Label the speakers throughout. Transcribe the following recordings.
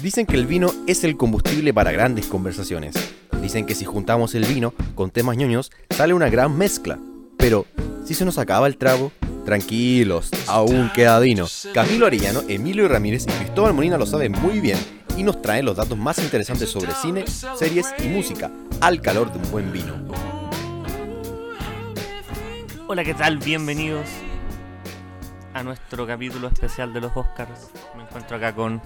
Speaker 1: Dicen que el vino es el combustible para grandes conversaciones. Dicen que si juntamos el vino con temas ñoños, sale una gran mezcla. Pero, si se nos acaba el trago, tranquilos, aún queda vino. Camilo Arellano, Emilio Ramírez y Cristóbal Molina lo saben muy bien y nos traen los datos más interesantes sobre cine, series y música, al calor de un buen vino.
Speaker 2: Hola, ¿qué tal? Bienvenidos a nuestro capítulo especial de los Oscars. Me encuentro acá con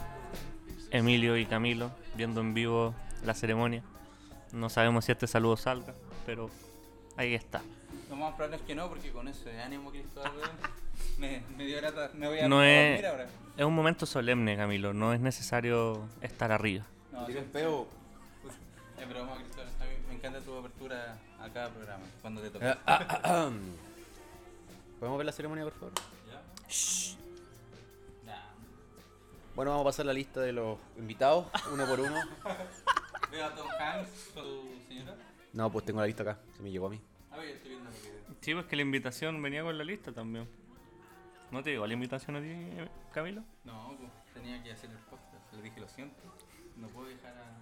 Speaker 2: Emilio y Camilo, viendo en vivo la ceremonia. No sabemos si este saludo salga, pero ahí está.
Speaker 3: Lo más probable es que no, porque con ese ánimo Cristóbal weón, me, me dio lata. Me voy a
Speaker 2: No es-
Speaker 3: mira ahora.
Speaker 2: Es un momento solemne, Camilo, no es necesario estar arriba.
Speaker 3: No, sí, es broma, Cristóbal. A mí me encanta tu apertura a cada programa, cuando te toca.
Speaker 1: ¿Podemos ver la ceremonia, por favor?
Speaker 3: Nah,
Speaker 1: Bueno, vamos a pasar la lista de los invitados, uno por uno.
Speaker 3: Veo a Tom Hanks, tu señora.
Speaker 1: No, pues tengo la lista acá, se me llegó a mí.
Speaker 3: A ver, estoy viendo lo que.
Speaker 2: Sí, pues que la invitación venía con la lista también. ¿No te llegó la invitación a ti, Camilo?
Speaker 3: No, pues, tenía que hacer el podcast. Le dije, lo siento. No puedo dejar a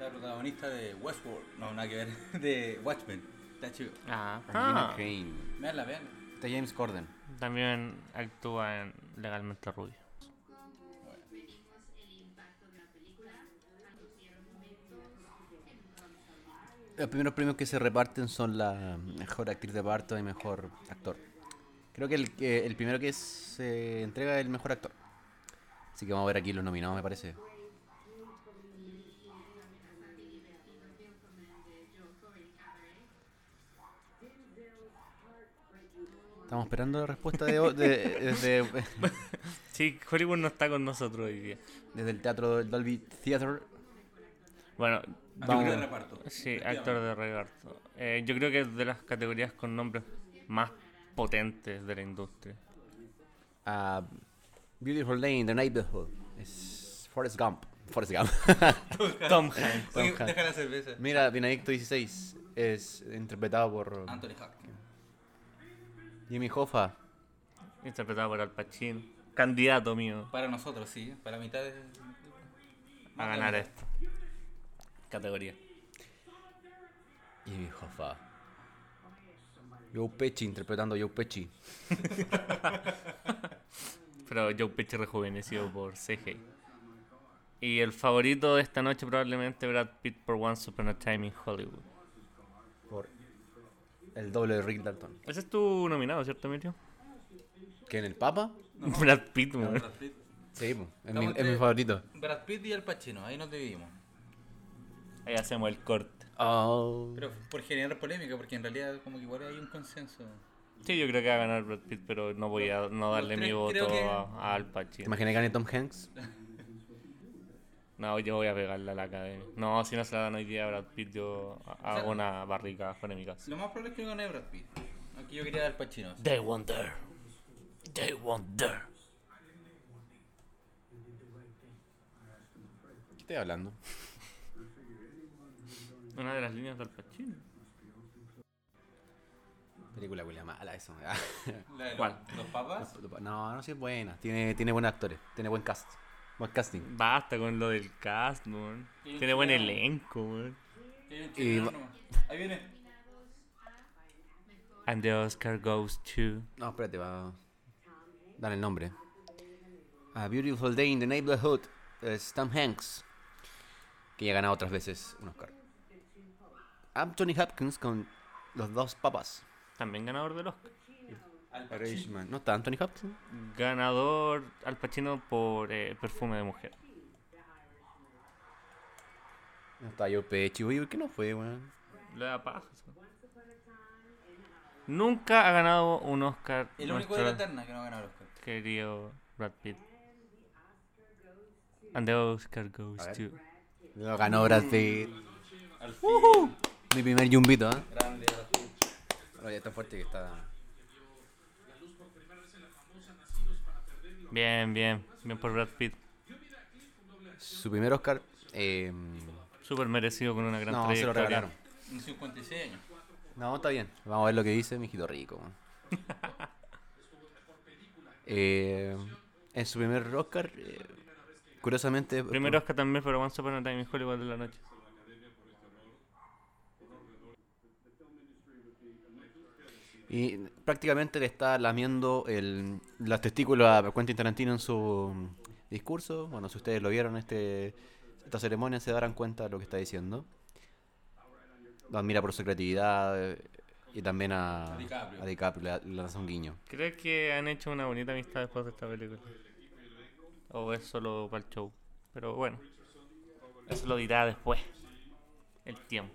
Speaker 3: la protagonista de Westworld. No, nada que ver. De Watchmen. Está chido.
Speaker 2: Ah,
Speaker 3: Veanla, veanla.
Speaker 4: Está James Corden.
Speaker 2: también actúa en Legalmente Rubio.
Speaker 4: Los primeros premios que se reparten son la mejor actriz de parto y mejor actor. Creo que el, que- el primero que se entrega es el mejor actor. Así que vamos a ver aquí los nominados, me parece. Estamos esperando la respuesta de, o- de- desde,
Speaker 2: Sí, Hollywood no está con nosotros hoy día.
Speaker 4: desde el teatro del Dolby Theater.
Speaker 2: Bueno,
Speaker 3: Actor de
Speaker 4: Vamos.
Speaker 3: reparto.
Speaker 2: Sí, actor de reparto. Eh, yo creo que es de las categorías con nombres más potentes de la industria.
Speaker 4: a uh, Beautiful Day in the Neighborhood. Es Forrest Gump. Forrest Gump.
Speaker 2: Tom Hanks.
Speaker 3: Oye,
Speaker 4: Tom Hanks.
Speaker 3: deja la cerveza.
Speaker 4: Mira, Benedicto 16 es interpretado por
Speaker 3: Anthony Hopkins.
Speaker 4: Jimmy Hoffa.
Speaker 2: Interpretado por Al Pacino. Candidato mío
Speaker 3: Para nosotros, sí. Para mitad de...
Speaker 2: a ganar esto. Categoría.
Speaker 4: Jimmy Hoffa. Joe Pesci interpretando a Joe Pesci.
Speaker 2: Pero Joe Pesci rejuvenecido por CGI. Y el favorito de esta noche probablemente Brad Pitt por Once Upon a Time in Hollywood.
Speaker 4: Por el doble de Rick Dalton.
Speaker 2: Ese es tu nominado, ¿cierto, Emilio?
Speaker 4: ¿Que en el Papa?
Speaker 2: Brad Pitt, weón.
Speaker 3: Brad Pitt.
Speaker 4: Sí, po, es mi,
Speaker 3: Estamos
Speaker 4: es mi
Speaker 3: de-
Speaker 4: favorito.
Speaker 3: Brad Pitt y Al Pacino, ahí nos dividimos.
Speaker 2: Ahí hacemos el corte.
Speaker 4: Oh.
Speaker 3: Pero por generar polémica, porque en realidad como que igual hay un consenso.
Speaker 2: Sí, yo creo que va a ganar Brad Pitt, pero no voy a no darle mi
Speaker 3: creo-
Speaker 2: voto
Speaker 3: creo que-
Speaker 2: a, a Al
Speaker 4: ¿Te
Speaker 2: Pacino.
Speaker 4: imaginas que gane Tom Hanks?
Speaker 2: No, yo voy a pegarle a la academia. No, si no se la dan hoy día a Brad Pitt, yo hago una barrica fuera de mi casa.
Speaker 3: Lo más probable es que gane Brad Pitt. Aquí yo quería Al Pacino.
Speaker 2: They wonder. They wonder.
Speaker 4: ¿Qué estoy hablando?
Speaker 2: Una de las líneas de Al Pacino.
Speaker 4: Película huele mala eso. ah,
Speaker 3: La de los-
Speaker 2: ¿Cuál?
Speaker 3: ¿Los papas?
Speaker 4: No, no sé, es buena. Tiene, tiene buenos actores. Tiene buen cast. Buen casting.
Speaker 2: Basta con lo del cast, man.
Speaker 3: Sí,
Speaker 2: Tiene buen
Speaker 3: claro.
Speaker 2: elenco, man.
Speaker 3: Hay un
Speaker 4: Y
Speaker 3: chileno
Speaker 4: va-
Speaker 3: nomás. Ahí viene.
Speaker 2: And the Oscar goes to.
Speaker 4: No, espérate, va. Dale el nombre. A Beautiful Day in the Neighborhood. Es Tom Hanks. Que ya ha ganado otras veces un Oscar. Anthony Hopkins con los dos papas.
Speaker 2: También ganador del Oscar.
Speaker 3: Al Pacino.
Speaker 4: Irishman. ¿No está Anthony Hopkins?
Speaker 2: Ganador Al Pacino por eh, Perfume de Mujer.
Speaker 4: No está yo pecho. Oye, ¿por ¿qué no fue, weón?
Speaker 2: Le da paja. eso. Nunca ha ganado un Oscar
Speaker 3: El único de la
Speaker 2: nuestro
Speaker 3: eterna que no gana el Oscar.
Speaker 2: querido Brad Pitt. And the Oscar goes
Speaker 4: A ver.
Speaker 2: to.
Speaker 4: Lo ganó Brasil.
Speaker 3: Al fin.
Speaker 4: Mi primer yumbito, ¿eh?
Speaker 3: Grande Brad Pitt.
Speaker 4: Oye, está fuerte que está.
Speaker 2: Bien, bien. Bien por Brad Pitt.
Speaker 4: Su primer Oscar. eh,
Speaker 2: Súper merecido con una gran
Speaker 4: no, se lo
Speaker 2: trayectoria.
Speaker 4: regalaron.
Speaker 3: Un 56 años.
Speaker 4: No, está bien. Vamos a ver lo que dice mi hijito rico. weón. eh, en su primer Oscar, eh, curiosamente.
Speaker 2: Primero Oscar también, pero Once Upon a Time in Hollywood de la noche.
Speaker 4: Y prácticamente le está lamiendo el, las testículos a Quentin Tarantino en su mm, discurso. Bueno, si ustedes lo vieron este, esta ceremonia se darán cuenta de lo que está diciendo. Lo admira por su creatividad eh, y también a,
Speaker 3: A DiCaprio.
Speaker 4: a DiCaprio le, le lanza un guiño.
Speaker 2: ¿Crees que han hecho una bonita amistad después de esta película? ¿O es solo para el show? Pero bueno, eso lo dirá después. El tiempo.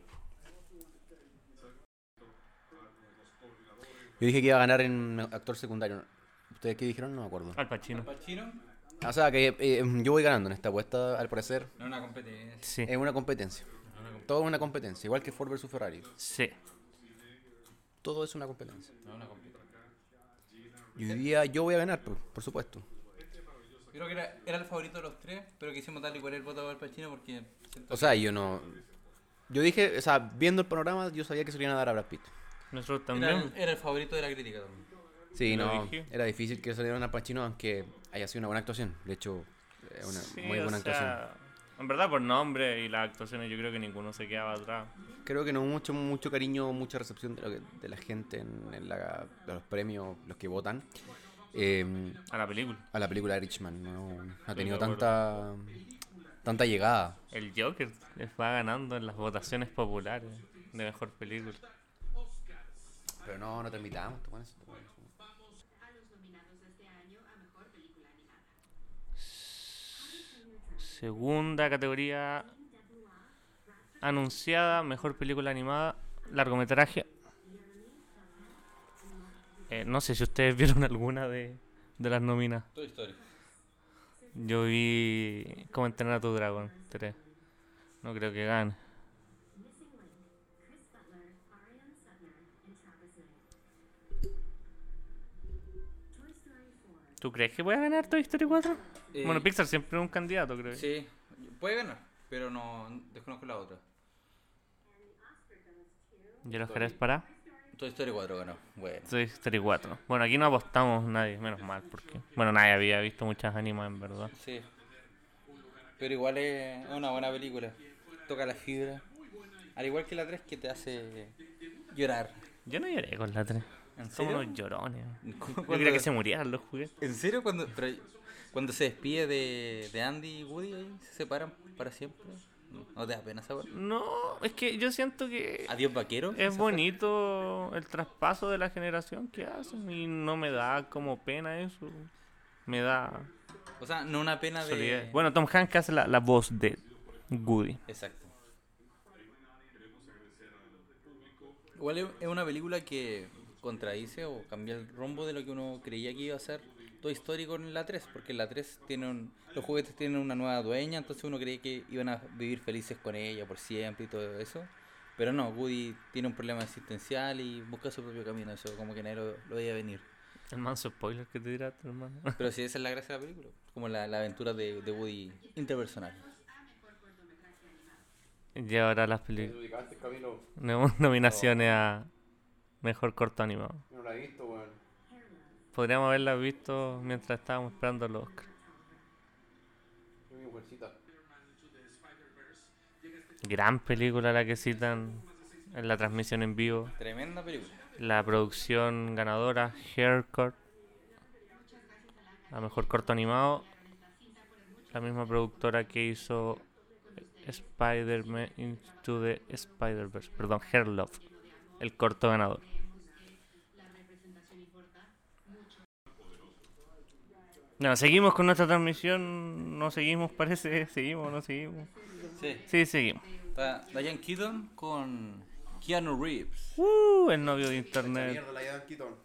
Speaker 4: Yo dije que iba a ganar en actor secundario. ¿Ustedes qué dijeron? No me acuerdo.
Speaker 2: Al Pacino.
Speaker 4: Eh,
Speaker 3: ¿Al Pacino?
Speaker 4: O sea, que eh, yo voy ganando en esta apuesta, al parecer.
Speaker 3: No una competencia.
Speaker 2: Sí.
Speaker 4: Es una competencia. Todo es una competencia. Igual que Ford versus Ferrari.
Speaker 2: Sí.
Speaker 4: Todo es una competencia.
Speaker 3: No una competencia.
Speaker 4: Y hoy día yo voy a ganar, por, por supuesto.
Speaker 3: Yo creo que era, era el favorito de los tres, pero quisimos darle igual el voto a Al Pacino porque siento
Speaker 4: O sea, yo no. Yo dije, o sea, viendo el panorama, yo sabía que se lo iban a dar a Brad Pitt.
Speaker 2: Nosotros
Speaker 3: que era,
Speaker 2: también.
Speaker 3: el- era el favorito de la crítica también.
Speaker 4: Sí,
Speaker 2: Lo
Speaker 4: no.
Speaker 2: dije.
Speaker 4: Era difícil que salieran a Pacino, aunque haya sido una buena actuación. De hecho, eh, una
Speaker 2: Sí,
Speaker 4: muy
Speaker 2: o
Speaker 4: buena actuación.
Speaker 2: sea, En verdad, por nombre y las actuaciones, yo creo que ninguno se quedaba atrás.
Speaker 4: Creo que no hubo mucho, mucho cariño, mucha recepción de, lo que- de la gente en, en la- de los premios, los que votan. Eh,
Speaker 2: A la película.
Speaker 4: a la película de Richman. No, no ha tenido
Speaker 2: de
Speaker 4: tanta tanta llegada.
Speaker 2: El Joker va ganando en las votaciones populares de mejor película.
Speaker 4: Pero no, no te invitamos. te pones- te pones-
Speaker 2: Segunda categoría anunciada, mejor película animada, largometraje. Eh, no sé si ustedes vieron alguna de, de las nóminas.
Speaker 3: Toda historia.
Speaker 2: Yo vi cómo entrenar a tu dragón 3. No creo que gane. ¿Tú crees que puede ganar Toy Story 4?
Speaker 3: Eh,
Speaker 2: bueno, Pixar siempre es un candidato, creo.
Speaker 3: Sí, puede ganar, pero no desconozco la otra.
Speaker 2: ¿Y los querés para?
Speaker 3: Toy Story 4 ganó. Bueno.
Speaker 2: Toy Story 4. Bueno, aquí no apostamos nadie, menos mal, porque... Bueno, nadie había visto muchas ánimas, en verdad.
Speaker 3: Sí. Pero igual es es una buena película. Toca la fibra. Al igual que la 3 que te hace llorar.
Speaker 2: Yo no lloré con la 3.
Speaker 3: ¿En
Speaker 2: Somos
Speaker 3: serio?
Speaker 2: unos llorones.
Speaker 3: ¿Cu-
Speaker 2: Yo
Speaker 3: cuándo-
Speaker 2: quería que se murieran los juguetes.
Speaker 3: ¿En serio? Cuando, pero- cuando se despide de, de Andy y Woody, ahí se separan para siempre. No, ¿No te da pena esa weá?
Speaker 2: No, es que yo siento que...
Speaker 3: Adiós, vaquero.
Speaker 2: Es bonito el traspaso de la generación que hacen y no me da como pena eso. Me da
Speaker 3: O sea, no una pena de.
Speaker 2: solidez. Bueno, Tom Hanks hace la, la voz de Woody.
Speaker 3: Exacto. Igual es es una película que contradice o cambia el rumbo de lo que uno creía que iba a ser todo histórico en la 3, porque en la 3 tienen, los juguetes tienen una nueva dueña, entonces uno creía que iban a vivir felices con ella por siempre y todo eso. Pero no, Woody tiene un problema existencial y busca su propio camino, eso como que nadie lo, lo veía venir.
Speaker 2: El manso spoiler que te tiraste, hermano.
Speaker 3: Pero sí, esa es la gracia de la película, como la, la aventura de, de Woody interpersonal.
Speaker 2: Y ahora las películas. No- Nominaciones a Mejor Corto Animado.
Speaker 4: No la he visto, weón.
Speaker 2: Podríamos haberlas visto mientras estábamos esperando los Oscar.
Speaker 4: Soy mi mujercita.
Speaker 2: Gran película la que citan en la transmisión en vivo.
Speaker 3: Tremenda película.
Speaker 2: La producción ganadora, Haircut. La mejor corto animado. La misma productora que hizo Spider-Man Into the Spider-Verse. Perdón, Hair Love. El corto ganador. No, seguimos con nuestra transmisión. No seguimos, parece. Seguimos, no seguimos.
Speaker 3: Sí.
Speaker 2: Sí, seguimos.
Speaker 3: Está Diane Keaton con Keanu Reeves.
Speaker 2: Uh, el novio de internet.
Speaker 4: la Ian Keaton.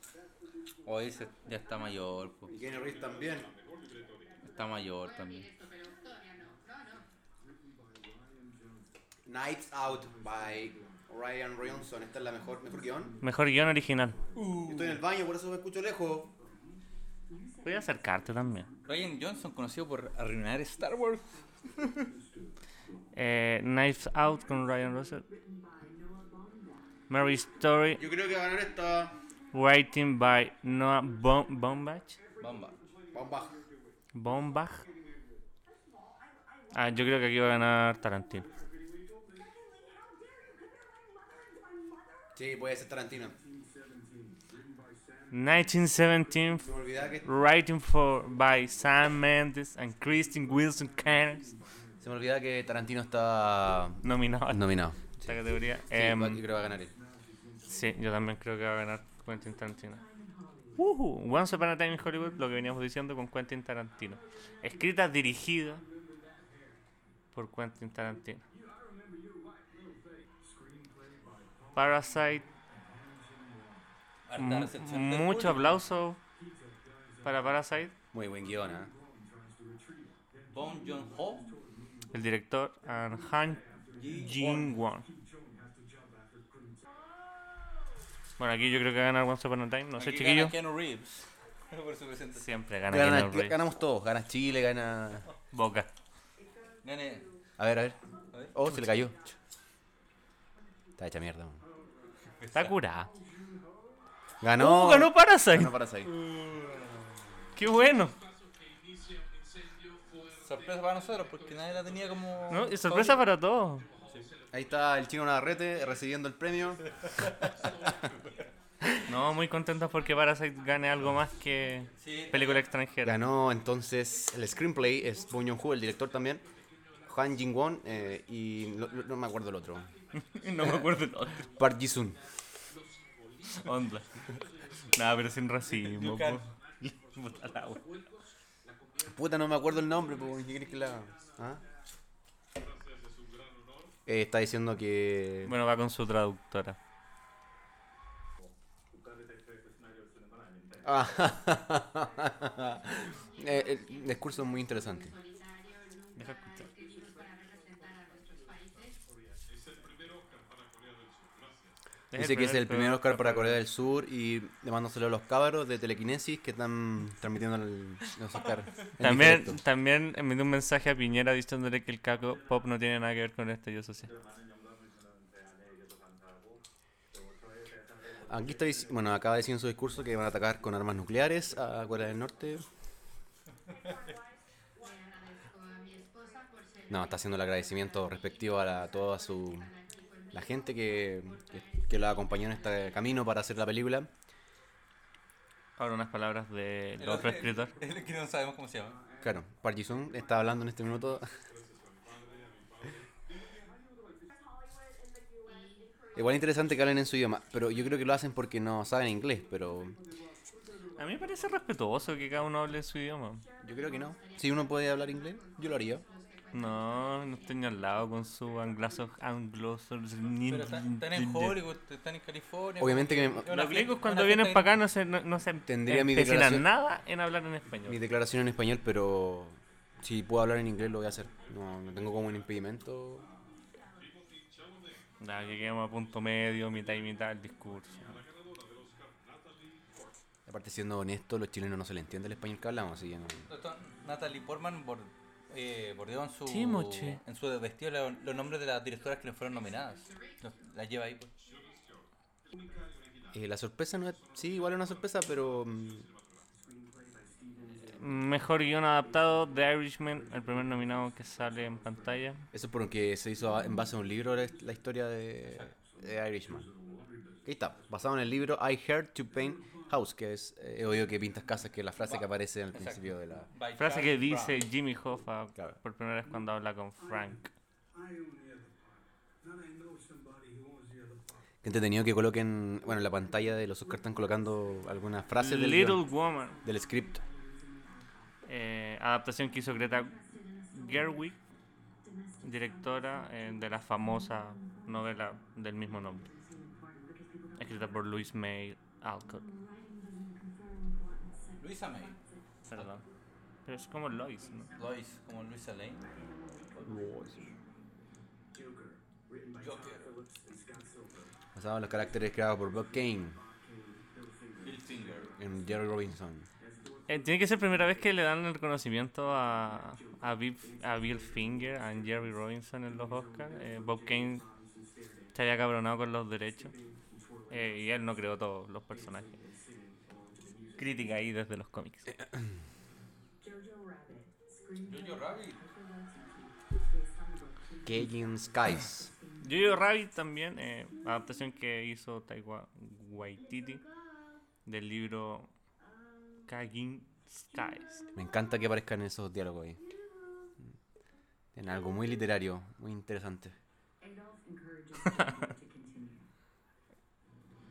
Speaker 3: O ese ya está mayor, po.
Speaker 4: Y Kenny Reeves también.
Speaker 3: está mayor también.
Speaker 4: Nights Out by Ryan Reynolds. Esta es la mejor, mejor guión.
Speaker 2: Mejor guión original.
Speaker 4: Estoy en el baño, por eso me escucho lejos.
Speaker 2: Voy a acercarte también.
Speaker 3: Ryan Johnson, conocido por arruinar Star Wars.
Speaker 2: Eh, Knives Out con Ryan Russell. Mary Story,
Speaker 4: Yo creo que va a ganar esta.
Speaker 2: Writing by Noah Bom- Baumbach.
Speaker 3: Bomba.
Speaker 1: Bomba.
Speaker 2: Bombach. Ah, yo creo que aquí va a ganar Tarantino.
Speaker 4: Sí, puede ser Tarantino.
Speaker 2: 1917,
Speaker 4: No olvidaba que,
Speaker 2: writing for by Sam Mendes and Kristen Wilson Cairns,
Speaker 4: se me olvidaba que Tarantino está
Speaker 2: nominado a
Speaker 4: nominado.
Speaker 2: esta categoría.
Speaker 4: Sí,
Speaker 2: Em,
Speaker 4: va- yo creo que va a ganar él.
Speaker 2: Sí, yo también creo que va a ganar Quentin Tarantino. Uhu, Once Upon a Time in Hollywood, lo que veníamos diciendo con Quentin Tarantino. Escrita, dirigida por Quentin Tarantino. Parasite,
Speaker 3: Harta
Speaker 2: mu-
Speaker 3: recepción del
Speaker 2: Mm, mucho
Speaker 3: público.
Speaker 2: aplauso para Parasite.
Speaker 4: Muy buen guión, ¿eh?
Speaker 3: Bong Joon-ho.
Speaker 2: El director and Han Jin Won. Bueno, aquí yo creo que va a ganar Once Upon a Time. No sé,
Speaker 3: Aquí
Speaker 2: chiquillo.
Speaker 3: gana Keanu Reeves. Por su presentación.
Speaker 2: Siempre gana
Speaker 4: Gana-
Speaker 2: Keanu Reeves.
Speaker 4: ganamos todos. Gana Chile, gana.
Speaker 2: Boca.
Speaker 3: Gane.
Speaker 4: A ver, a ver.
Speaker 3: A ver.
Speaker 4: Oh, se le cayó. Está hecha mierda. man.
Speaker 2: Está curada.
Speaker 4: Ganó.
Speaker 2: ¡Uh, ganó Parasite! Uh.
Speaker 4: Ganó Parasite.
Speaker 2: ¡Qué bueno!
Speaker 3: Sorpresa para nosotros porque nadie la tenía como.
Speaker 2: ¿No? Y sorpresa para todos.
Speaker 4: Ahí está el chino Navarrete recibiendo el premio.
Speaker 2: No, muy contentos porque Parasite gane algo más que
Speaker 3: Sí.
Speaker 2: película extranjera.
Speaker 4: Ganó entonces el screenplay, es Bong Joon-ho, el director también. Han Jin-won eh, y lo- lo- no me acuerdo el otro.
Speaker 2: no me acuerdo el otro.
Speaker 4: Park Ji-sun.
Speaker 2: Onda. Nada, pero sin racismo.
Speaker 3: Yucan.
Speaker 2: po. Puta la wea.
Speaker 4: Puta, no me acuerdo el nombre, po, ¿qué querés que la haga? ¿Ah? Eh, está diciendo que...
Speaker 2: bueno, va con su traductora.
Speaker 4: Ah, eh, el discurso es muy interesante.
Speaker 2: Deja escuchar.
Speaker 4: Dice que es el primer
Speaker 2: primero
Speaker 4: Oscar para Corea del Sur y demándoselo a los cabros de Telequinesis que están transmitiendo el, los Oscar. en este
Speaker 2: También,
Speaker 4: diferido.
Speaker 2: también envió un mensaje a Piñera diciéndole que el caco pop no tiene nada que ver con el estallido social.
Speaker 4: Aquí está, dic- bueno, acaba de decir en su discurso que van a atacar con armas nucleares a Corea del Norte. No, está haciendo el agradecimiento respectivo a, la- a toda su la gente que, que, que la acompañó en este camino para hacer la película.
Speaker 2: Ahora unas palabras del
Speaker 3: El
Speaker 2: otro escritor.
Speaker 3: El que no sabemos cómo se llama.
Speaker 4: Claro, Park Ji-sung está hablando en este minuto. Igual interesante que hablen en su idioma, pero yo creo que lo hacen porque no saben inglés, pero
Speaker 2: A mí me parece respetuoso que cada uno hable su idioma.
Speaker 4: yo creo que no. Si uno puede hablar inglés, yo lo haría.
Speaker 2: No, no estoy ni al lado con su anglazo, angloso.
Speaker 3: Pero están, están en Hollywood, están en California.
Speaker 4: Obviamente que me-
Speaker 2: Los gringos
Speaker 3: Una
Speaker 2: cuando
Speaker 3: fiesta
Speaker 2: vienen
Speaker 3: en-
Speaker 2: para acá no se, no, no se
Speaker 4: Tendría mi
Speaker 2: empecinan
Speaker 4: declaración-
Speaker 2: nada en hablar en
Speaker 4: mi
Speaker 2: español.
Speaker 4: declaración en español, pero si puedo hablar en inglés lo voy a hacer. No, no tengo como un impedimento.
Speaker 2: Nada, que quedamos a punto medio, mitad y mitad el discurso.
Speaker 4: Aparte, siendo honesto, los chilenos no se le entiende el español que hablamos, así que no.
Speaker 3: Esto- Natalie Portman bor- eh, bordeó en su,
Speaker 2: Timoche.
Speaker 3: en su vestido la- los nombres de las directoras que le fueron nominadas. Los- Las lleva ahí. pues.
Speaker 4: Eh, la sorpresa no es... Sí, igual es una sorpresa, pero... mm,
Speaker 2: Mejor guión adaptado, The Irishman, el primer nominado que sale en pantalla.
Speaker 4: Eso es porque se hizo a- en base a un libro la, la historia de, de Irishman. Ahí está, basado en el libro I Heard to Paint House, que es eh, he oído que pintas casas, que es la frase que aparece al principio de la...
Speaker 3: By
Speaker 2: Frase que
Speaker 3: Charles
Speaker 2: dice
Speaker 3: Brown.
Speaker 2: Jimmy Hoffa
Speaker 4: Claro.
Speaker 2: por primera vez cuando habla con Frank.
Speaker 4: Que entretenido que coloquen... Bueno, en la pantalla de los Oscar están colocando algunas frases del,
Speaker 2: Little
Speaker 4: guión,
Speaker 2: Woman,
Speaker 4: del script.
Speaker 2: eh, adaptación que hizo Greta Gerwig, directora eh, de la famosa novela del mismo nombre, escrita por Louis May Alcott.
Speaker 3: Luisa May.
Speaker 2: Perdón. Pero es como Lois, ¿no?
Speaker 3: Lois, como Luisa Lane. Joker.
Speaker 4: Basado en los caracteres creados por Bob Kane
Speaker 3: Bill Finger.
Speaker 4: en Jerry Robinson.
Speaker 2: Eh, tiene que ser primera vez que le dan el reconocimiento a, a, Bill, a Bill Finger, a Jerry Robinson en los Oscars. Eh, Bob Kane se había cabronado con los derechos eh, y él no creó todos los personajes. Crítica ahí desde los cómics.
Speaker 4: Cajun Skies.
Speaker 2: Yo-Yo Rabbit también, eh, adaptación que hizo Taika Waititi del libro Kagin Skies.
Speaker 4: Me encanta que aparezcan esos diálogos ahí. En algo muy literario, muy interesante.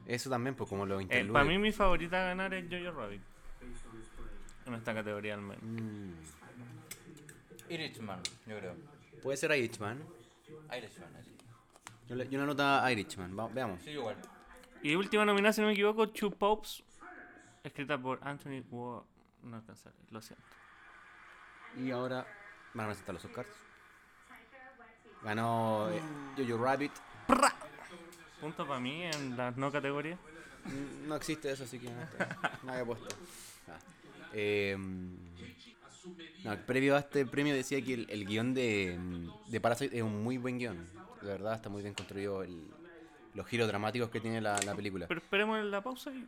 Speaker 4: Eso también, pues como lo
Speaker 2: Eh, para mí
Speaker 4: interlude.
Speaker 2: mi favorita a ganar es Jojo Rabbit. En esta categoría al menos.
Speaker 3: Irishman, yo creo.
Speaker 4: Puede ser Irishman.
Speaker 3: Irishman, así.
Speaker 4: Yo, le- yo le anoto a Irishman. Va- veamos.
Speaker 3: Sí, igual.
Speaker 2: Y última nominada, si no me equivoco, Two Popes, escrita por Anthony Wo... No alcanzaré, lo siento.
Speaker 4: Y ahora van a presentar los Oscars. Ganó eh, Jojo Rabbit.
Speaker 2: Punto para mí en las no categorías.
Speaker 4: Mm, No existe eso, así que no está- nadie ha puesto. Ah. Eh, no, previo a este premio decía que el, el guión de, de Parasite es un muy buen guión. De verdad, está muy bien construido el- los giros dramáticos que tiene la, la película.
Speaker 2: Pero esperemos en la pausa y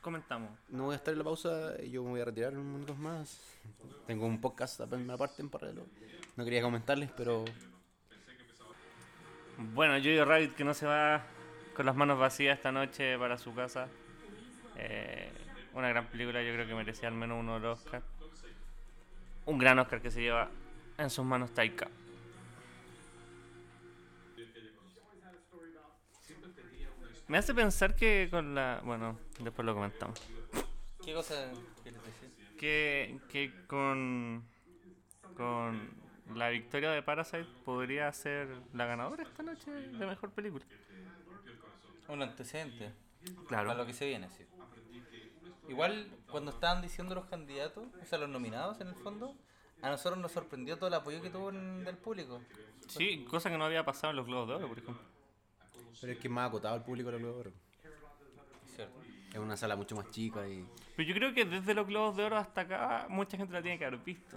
Speaker 2: comentamos.
Speaker 4: No voy a estar en la pausa, yo me voy a retirar unos minutos más. Tengo un podcast apenas aparte en paralelo. No quería comentarles, pero
Speaker 2: Bueno, Jojo Rabbit que no se va con las manos vacías esta noche para su casa. Eh, una gran película, yo creo que merecía al menos uno del Oscar. Un gran Oscar que se lleva en sus manos Taika. Me hace pensar que con la... Bueno, después lo comentamos.
Speaker 3: ¿Qué cosa quieres decir?
Speaker 2: Que, que con... Con la victoria de Parasite podría ser la ganadora esta noche de mejor película.
Speaker 3: Un antecedente.
Speaker 2: Claro.
Speaker 3: Para lo que se viene, sí. Igual, cuando estaban diciendo los candidatos, o sea, los nominados en el fondo, a nosotros nos sorprendió todo el apoyo que tuvo el- del público.
Speaker 2: Sí, cosa que no había pasado en los Globos de Oro, por ejemplo.
Speaker 4: Pero es que es más acotado el público de los Globos de Oro.
Speaker 3: ¿Cierto?
Speaker 4: Es una sala mucho más chica y.
Speaker 2: Pero yo creo que desde los Globos de Oro hasta acá, mucha gente la tiene que haber visto.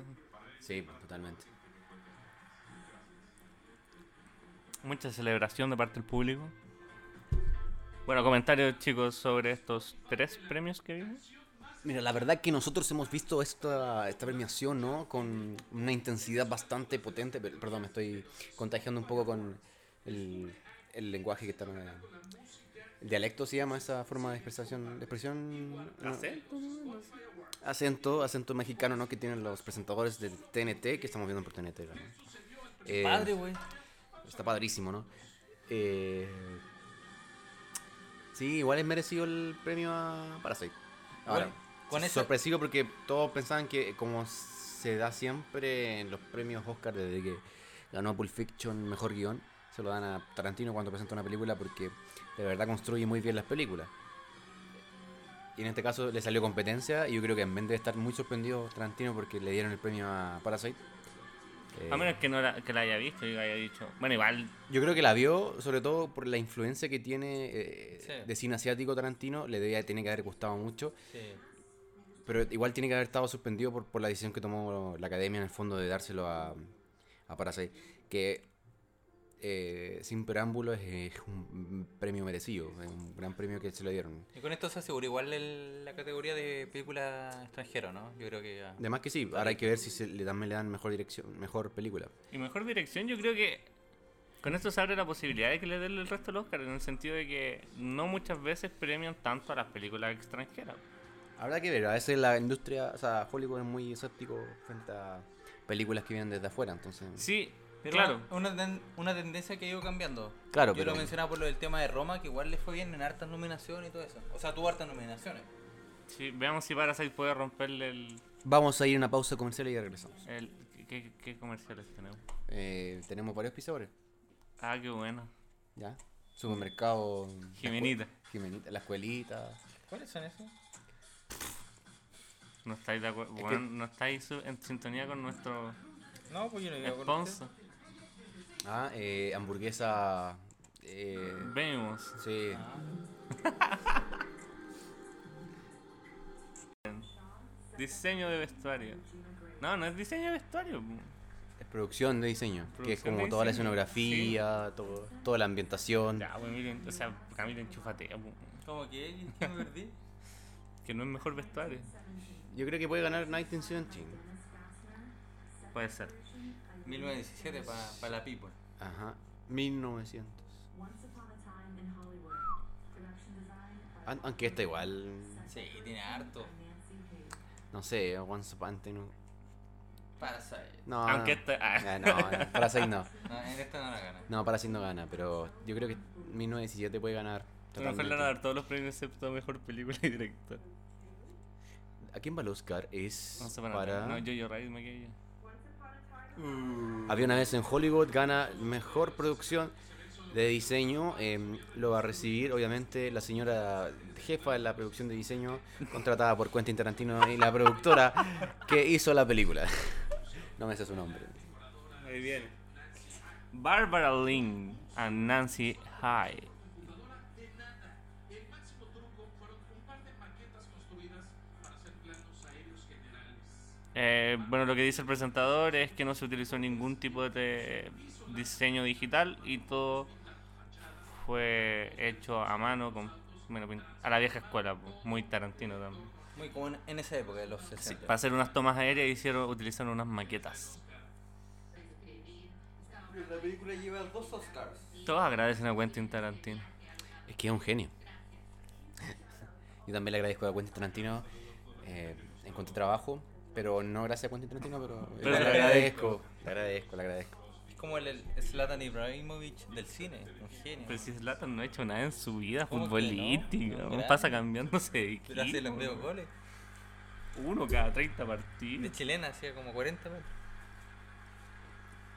Speaker 4: Sí, pues, totalmente.
Speaker 2: Mucha celebración de parte del público. Bueno, comentarios, chicos, sobre estos tres premios que vimos.
Speaker 4: Mira, la verdad que nosotros hemos visto esta, esta premiación, ¿no? Con una intensidad bastante potente. Per- Perdón, me estoy contagiando un poco con el, el lenguaje que está. El dialecto se llama esa forma de expresión. De expresión ¿no? acento, acento mexicano, ¿no? Que tienen los presentadores del TNT, que estamos viendo por TNT. ¿no? Eh,
Speaker 3: Padre, güey.
Speaker 4: Está padrísimo, ¿no? Eh, sí, igual es merecido el premio a Parasite. Ahora,
Speaker 3: Igual, con ese-
Speaker 4: sorpresivo porque todos pensaban que como se da siempre en los premios Oscar desde que ganó Pulp Fiction Mejor Guión, se lo dan a Tarantino cuando presenta una película porque de verdad construye muy bien las películas. Y en este caso le salió competencia y yo creo que en vez de estar muy sorprendido Tarantino porque le dieron el premio a Parasite. eh,
Speaker 2: A menos que no la, que la haya visto y haya dicho. Bueno, igual,
Speaker 4: yo creo que la vio, sobre todo por la influencia que tiene eh,
Speaker 3: Sí.
Speaker 4: de cine asiático Tarantino, le debía, tiene que haber gustado mucho,
Speaker 3: Sí.
Speaker 4: pero igual tiene que haber estado suspendido por, por la decisión que tomó la academia en el fondo de dárselo a, a Parasite, que eh, sin preámbulos es un premio merecido, es un gran premio que se le dieron.
Speaker 3: Y con esto se asegura igual el- la categoría de película extranjera, ¿no? Yo creo que ya.
Speaker 4: Además que sí, ahora hay que ver si se le, también le dan mejor dirección, mejor película.
Speaker 2: y mejor dirección, yo creo que con esto se abre la posibilidad de que le den el resto del Oscar, en el sentido de que no muchas veces premian tanto a las películas extranjeras.
Speaker 4: Habrá que ver, a veces la industria, o sea, Hollywood es muy escéptico frente a películas que vienen desde afuera, entonces...
Speaker 2: Sí,
Speaker 3: Pero
Speaker 2: claro.
Speaker 3: Una, ten- una tendencia que ha ido cambiando.
Speaker 4: Claro,
Speaker 3: Yo
Speaker 4: pero-
Speaker 3: lo mencionaba por lo del tema de Roma, que igual le fue bien en hartas nominaciones y todo eso. O sea, tuvo hartas nominaciones.
Speaker 2: Sí, veamos si Parasite puede romperle el.
Speaker 4: Vamos a ir a una pausa comercial y ya regresamos.
Speaker 2: el ¿qué, ¿Qué comerciales tenemos?
Speaker 4: Eh, tenemos varios pisadores,
Speaker 2: Ah, qué bueno.
Speaker 4: ¿ya? Supermercado...
Speaker 2: Jimenita.
Speaker 4: la escue- Jimenita, la escuelita.
Speaker 3: ¿Cuáles son esos?
Speaker 2: No estáis de acuerdo.
Speaker 4: Es
Speaker 2: weón,
Speaker 4: que-
Speaker 2: no estáis su- en sintonía con nuestro
Speaker 3: No, pues yo no iba a conocer.
Speaker 2: sponsor.
Speaker 4: Ah, eh, hamburguesa... eh,
Speaker 2: Vemos.
Speaker 4: sí.
Speaker 2: Diseño de vestuario. No, no es diseño de vestuario. po.
Speaker 4: Es producción de diseño, que es
Speaker 2: Producción
Speaker 4: como
Speaker 2: de
Speaker 4: toda la
Speaker 2: diseño,
Speaker 4: escenografía, todo, toda la ambientación.
Speaker 2: Ya, pues miren, o sea, Camila, enchúfate. po.
Speaker 3: ¿Cómo que? ¿Qué me perdí?
Speaker 2: Que no es mejor vestuario.
Speaker 4: Yo creo que puede ganar 1917.
Speaker 2: Puede ser.
Speaker 3: 1917 para la people.
Speaker 4: Ajá. 1900. An- aunque esta igual.
Speaker 3: Sí, tiene harto.
Speaker 4: No sé, Once Upon a Time.
Speaker 3: Parasite.
Speaker 4: No.
Speaker 2: Aunque
Speaker 4: no.
Speaker 2: esta- ah.
Speaker 4: Eh, No, no, Parasite no.
Speaker 3: No, en esta no la gana.
Speaker 4: No, Parasite no gana, pero yo creo que 1917 puede ganar.
Speaker 2: Pero fue
Speaker 4: totalmente.
Speaker 2: a dar todos los premios excepto mejor película y director.
Speaker 4: ¿A quién va el Oscar? Es
Speaker 2: No sé para,
Speaker 4: para...
Speaker 2: No, yo, yo, Raid me quedé yo.
Speaker 4: Había una vez en Hollywood, gana mejor producción de diseño. em, lo va a recibir, obviamente, la señora jefa de la producción de diseño, contratada por Quentin Tarantino y la productora que hizo la película. No me sé su nombre.
Speaker 2: Ahí viene. Barbara Lynn and Nancy High. Eh, bueno, lo que dice el presentador es que no se utilizó ningún tipo de eh, diseño digital y todo fue hecho a mano, con, bueno, pin- a la vieja escuela, po, muy tarantino también.
Speaker 3: Muy como en, en esa época, de los
Speaker 2: Sí,
Speaker 3: 60.
Speaker 2: para hacer unas tomas aéreas hicieron, utilizaron unas maquetas.
Speaker 3: la película lleva dos Oscars.
Speaker 2: Todos agradecen a Quentin Tarantino.
Speaker 4: Es que es un genio. Yo también le agradezco a Quentin Tarantino. Eh, encontré trabajo, pero no gracias a Quentin Tarantino, pero,
Speaker 2: Pero le
Speaker 4: agradezco. Le agradezco, le agradezco.
Speaker 3: Es como el, el Zlatan Ibrahimovic del cine, un genio.
Speaker 2: Pero si Zlatan no ha hecho nada en su vida
Speaker 3: ¿Cómo que no?
Speaker 2: futbolítica,
Speaker 3: No,
Speaker 2: weón,
Speaker 3: grande.
Speaker 2: pasa cambiándose de
Speaker 3: Pero hace los
Speaker 2: equipo.
Speaker 3: mismos goles.
Speaker 2: Uno cada 30
Speaker 3: De
Speaker 2: partidos.
Speaker 3: chilena hacía como 40 goles.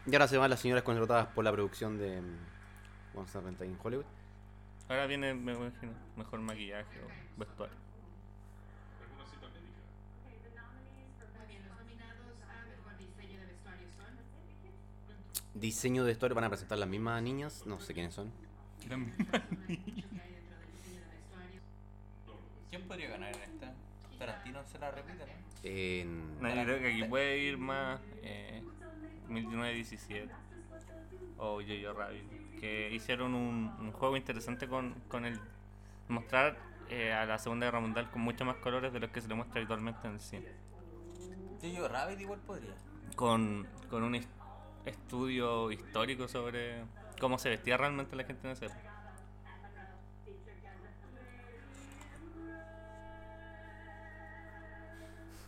Speaker 4: Y ahora se van las señoras contratadas por la producción de mm, Once Upon a Time in Hollywood.
Speaker 2: Ahora viene, me imagino, mejor maquillaje o vestuario.
Speaker 4: Diseño de vestuario van a presentar las mismas niñas, no sé quiénes son.
Speaker 3: ¿Quién podría ganar en esta? Tarantino se la repite. ¿no?
Speaker 4: En-
Speaker 2: No, yo creo que aquí puede ir más eh, 1917 o Yo-Yo Rabbit, que hicieron un, un juego interesante con, con el mostrar eh, a la Segunda Guerra Mundial con muchos más colores de los que se le muestra habitualmente en el cine.
Speaker 3: Yo, yo, Rabbit igual podría.
Speaker 2: con, con un his- estudio histórico sobre cómo se vestía realmente la gente en ese época.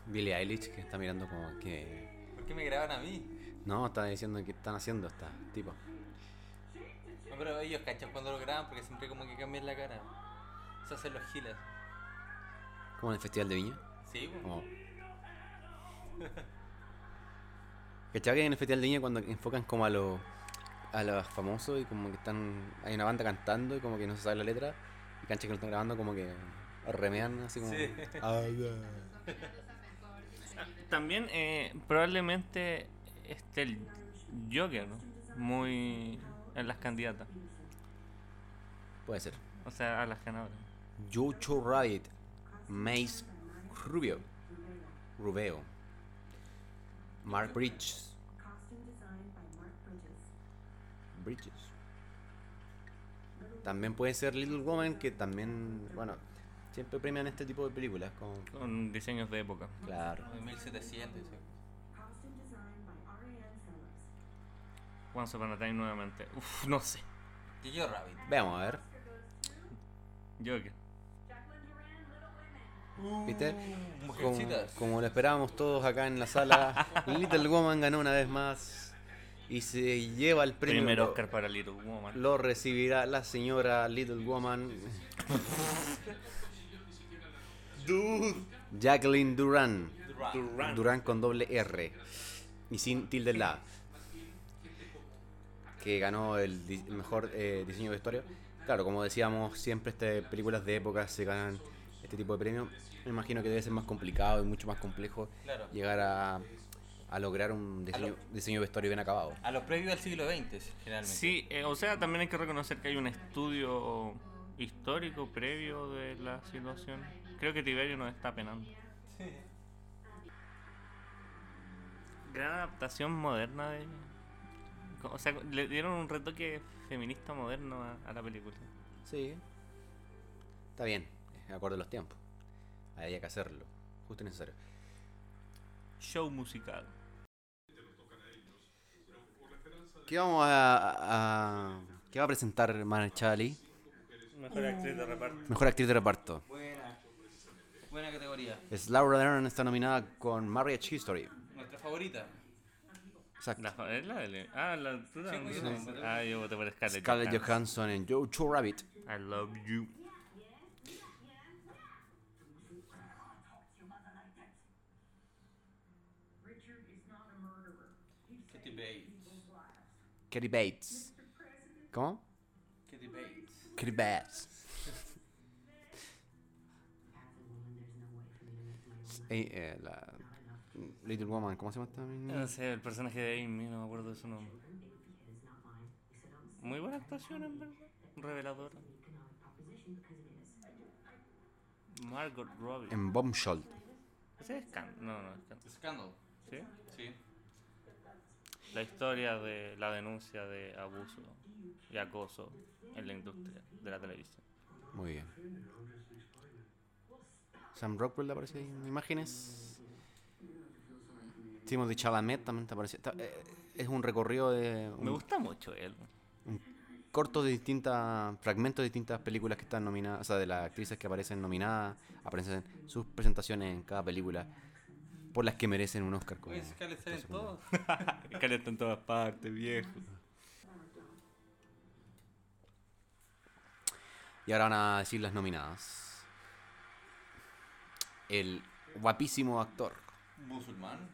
Speaker 4: Billie Eilish que está mirando como que...
Speaker 3: ¿Por qué me graban a mí?
Speaker 4: No, está diciendo que están haciendo esta tipo.
Speaker 3: No, pero ellos cachan cuando lo graban porque siempre como que cambian la cara. Se hacen los gilas.
Speaker 4: Como en el Festival de Viña.
Speaker 3: Sí, pues.
Speaker 4: Como... ¿Cachai que en el Festival de Viña cuando enfocan como a los a los famosos y como que están... Hay una banda cantando y como que no se sabe la letra. Y cancha que lo están grabando como que remean así como...
Speaker 3: Sí.
Speaker 2: También eh, probablemente esté el Joker, ¿no? Muy en las candidatas,
Speaker 4: Puede ser.
Speaker 2: o sea, a las ganadoras.
Speaker 4: Jojo Rabbit, Mace Rubio, Rubeo, Mark Bridges, Bridges. También puede ser Little Woman, que también, bueno, siempre premian este tipo de películas. Con,
Speaker 2: Con diseños de época.
Speaker 4: claro.
Speaker 3: 1700, dice.
Speaker 2: Once Upon a Time nuevamente. Uf, no sé.
Speaker 3: Yo, yo, Rabbit.
Speaker 4: Veamos, a ver.
Speaker 2: Joker.
Speaker 4: ¿Viste? Como,
Speaker 3: Mujercitas.
Speaker 4: como lo esperábamos todos acá en la sala, Little Woman ganó una vez más y se lleva el premio.
Speaker 2: Primer Oscar para Little Woman.
Speaker 4: Lo recibirá la señora Little Woman. Jacqueline Duran.
Speaker 2: Durant.
Speaker 4: Duran con doble R. Y sin tilde en la A. Que ganó el di- mejor eh, diseño de vestuario. Claro, como decíamos, siempre este, películas de época se ganan este tipo de premios. Me imagino que debe ser más complicado y mucho más complejo
Speaker 3: Claro.
Speaker 4: llegar a, a lograr un diseño, diseño de vestuario bien acabado.
Speaker 3: A los previos del siglo XX, generalmente.
Speaker 2: Sí, eh, o sea, también hay que reconocer que hay un estudio histórico previo de la situación. Creo que Tiberio nos está penando. Gran adaptación moderna de... co- O sea, le dieron un retoque feminista moderno a, a la película.
Speaker 4: Sí. Está bien, de acuerdo a los tiempos. Había que hacerlo, justo y necesario.
Speaker 2: Show musical.
Speaker 4: ¿Qué vamos a, a- a- ¿Qué va a presentar Marchali?
Speaker 2: Mejor actriz de reparto.
Speaker 4: Mejor actriz de reparto.
Speaker 3: Buena. Buena categoría.
Speaker 4: Es Laura Dern está nominada con Marriage History.
Speaker 3: Nuestra favorita.
Speaker 4: Exacto.
Speaker 2: ¿Es la de Le- Ah, la tú también.
Speaker 3: yo también voté.
Speaker 2: Ah, yo voté por Scarlett.
Speaker 4: Scarlett Johansson en Joe Joe Rabbit.
Speaker 2: I love you.
Speaker 3: Katy Bates.
Speaker 4: Katie Bates. ¿Cómo?
Speaker 3: Katy Bates.
Speaker 4: Katie Bates. Eh, eh, la Little Woman, ¿cómo se llama esta mina?
Speaker 2: No sé, Ah, el personaje de Amy, no me acuerdo de su nombre. Muy buena actuación, en verdad. Reveladora. Margot Robbie.
Speaker 4: En Bombshell.
Speaker 2: ¿Ese es Can? No, no, es Can.
Speaker 3: Scandal.
Speaker 2: ¿Sí?
Speaker 3: Sí.
Speaker 2: La historia de la denuncia de abuso y acoso en la industria de la televisión.
Speaker 4: Muy bien. Sam Rockwell aparece ahí en imágenes. Timothy Chalamet también te aparece. Está- eh, es un recorrido de
Speaker 2: Me
Speaker 4: un
Speaker 2: gusta mucho él.
Speaker 4: corto de distintas fragmentos de distintas películas que están nominadas, o sea, de las actrices que aparecen nominadas, aparecen sus presentaciones en cada película por las que merecen un Oscar. como
Speaker 3: Oye,
Speaker 2: Pues,
Speaker 3: Scarlett sale en
Speaker 4: esta segunda.
Speaker 3: todo.
Speaker 2: Es que él está en todas partes, viejo.
Speaker 4: Y ahora van a decir las nominadas. El guapísimo actor
Speaker 3: Musulmán.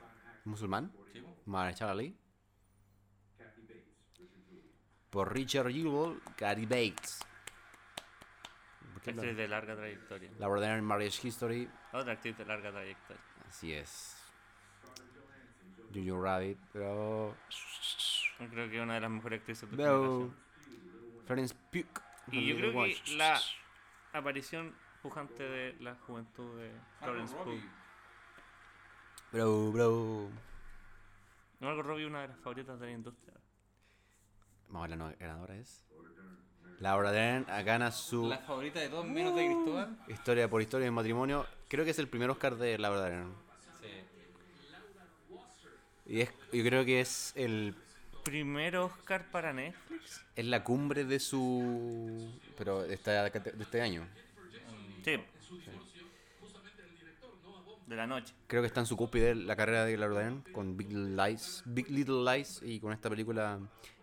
Speaker 4: musulmán
Speaker 3: Sí.
Speaker 4: Marshall Ali. Por Richard Jewell, Gary Bates. ¿Por qué
Speaker 2: Actriz
Speaker 4: la-
Speaker 2: de larga trayectoria.
Speaker 4: La Ordinary Marriage History.
Speaker 2: Otra actriz de larga trayectoria.
Speaker 4: Así es. Jojo Rabbit, pero.
Speaker 2: Yo creo que es una de las mejores actrices de
Speaker 4: No. Florence Pugh.
Speaker 2: Y yo
Speaker 4: Little
Speaker 2: creo
Speaker 4: Watch.
Speaker 2: que la aparición pujante de la juventud de Florence
Speaker 3: Margot
Speaker 2: Pugh.
Speaker 3: Robbie.
Speaker 4: Bro, bro.
Speaker 2: Margot Robbie es una de las favoritas de la industria.
Speaker 4: Vamos a ver, la ganadora es. Laura Dern gana su.
Speaker 3: La favorita de todos, menos de Cristóbal.
Speaker 4: Historia por historia de matrimonio. Creo que es el primer Oscar de la verdad.
Speaker 3: Sí.
Speaker 4: Y es, yo creo que es el
Speaker 2: Primer Oscar para Netflix.
Speaker 4: es la cumbre de su. Pero de, esta- de este año.
Speaker 2: Sí. De la noche.
Speaker 4: Creo que está en su cúspide la carrera de Laura Dern con Big Little Lies, Big Little Lies y con esta película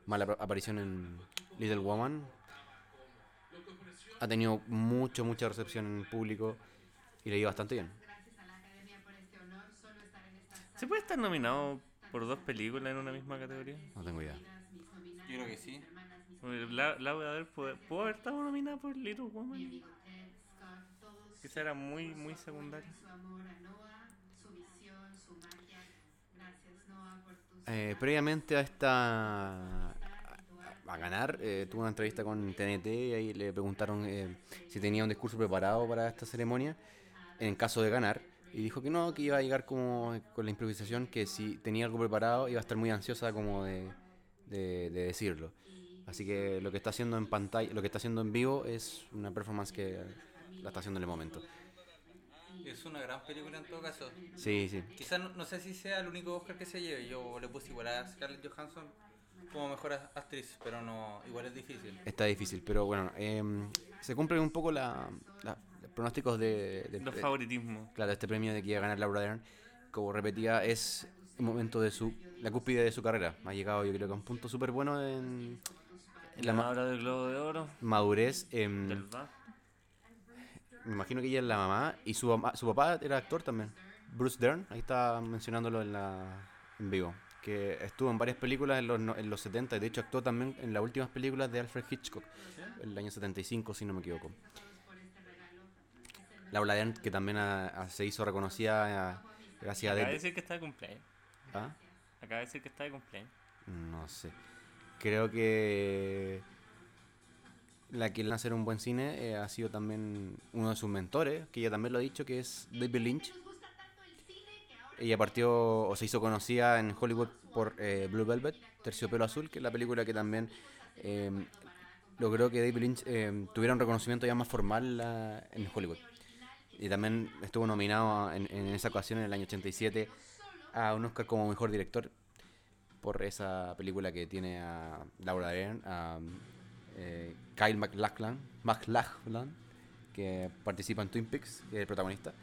Speaker 4: mala ap- aparición en Little Woman. Ha tenido mucha, mucha recepción en el público y le ha ido bastante bien.
Speaker 2: ¿Se puede estar nominado por dos películas en una misma categoría?
Speaker 4: No tengo idea.
Speaker 3: Yo creo que sí.
Speaker 2: La, la voy a ver, ¿puedo, ¿puedo haber estado nominada por Little Woman? Quizá era muy, muy secundaria.
Speaker 4: Eh, previamente a esta a, a ganar eh, tuvo una entrevista con TNT y ahí le preguntaron eh, si tenía un discurso preparado para esta ceremonia en caso de ganar y dijo que no que iba a llegar como eh, con la improvisación que si tenía algo preparado iba a estar muy ansiosa como de, de- de decirlo así que lo que está haciendo en pantalla lo que está haciendo en vivo es una performance que la está haciendo en el momento
Speaker 3: Es una gran película en todo caso.
Speaker 4: sí sí
Speaker 3: Quizás no, no sé si sea el único Oscar que se lleve. Yo le puse igual a Scarlett Johansson como mejor a- actriz, pero no, igual es difícil.
Speaker 4: Está difícil, pero bueno, em, se cumplen un poco la- la- los pronósticos de, de-
Speaker 2: Los
Speaker 4: de-
Speaker 2: favoritismos.
Speaker 4: claro, este premio de que iba a ganar Laura Dern. Como repetía, es un momento de su, la cúspide de su carrera. Ha llegado, yo creo que a un punto súper bueno en, en
Speaker 2: La
Speaker 4: la
Speaker 2: Mm.
Speaker 4: ma-
Speaker 2: madre del Globo de Oro.
Speaker 4: madurez. em,
Speaker 2: Del BAFTA.
Speaker 4: me imagino que ella es la mamá y su, mamá- su papá era actor también. Bruce Dern, ahí está mencionándolo en, la, en vivo. Que estuvo en varias películas en los, no- en los 70 y de hecho actuó también en las últimas películas de Alfred Hitchcock, el año 75 si no me equivoco. Laura Dern que también ah, ah, se hizo reconocida ah, gracias a...
Speaker 2: Acaba de
Speaker 4: Dead-
Speaker 2: decir que está de cumpleaños.
Speaker 4: ¿Ah?
Speaker 2: Acaba de decir que está de cumpleaños.
Speaker 4: No sé. Creo que la que le hacer un buen cine eh, ha sido también uno de sus mentores, que ella también lo ha dicho, que es David Lynch. Ella partió o se hizo conocida en Hollywood por eh, Blue Velvet, Terciopelo Azul, que es la película que también eh, logró que David Lynch eh, tuviera un reconocimiento ya más formal la- en Hollywood. Y también estuvo nominado a- en, en esa ocasión, en el año 87, a un Oscar como mejor director por esa película que tiene a Laura Dern, a eh, Kyle MacLachlan, MacLachlan, que participa en Twin Peaks, que es el protagonista.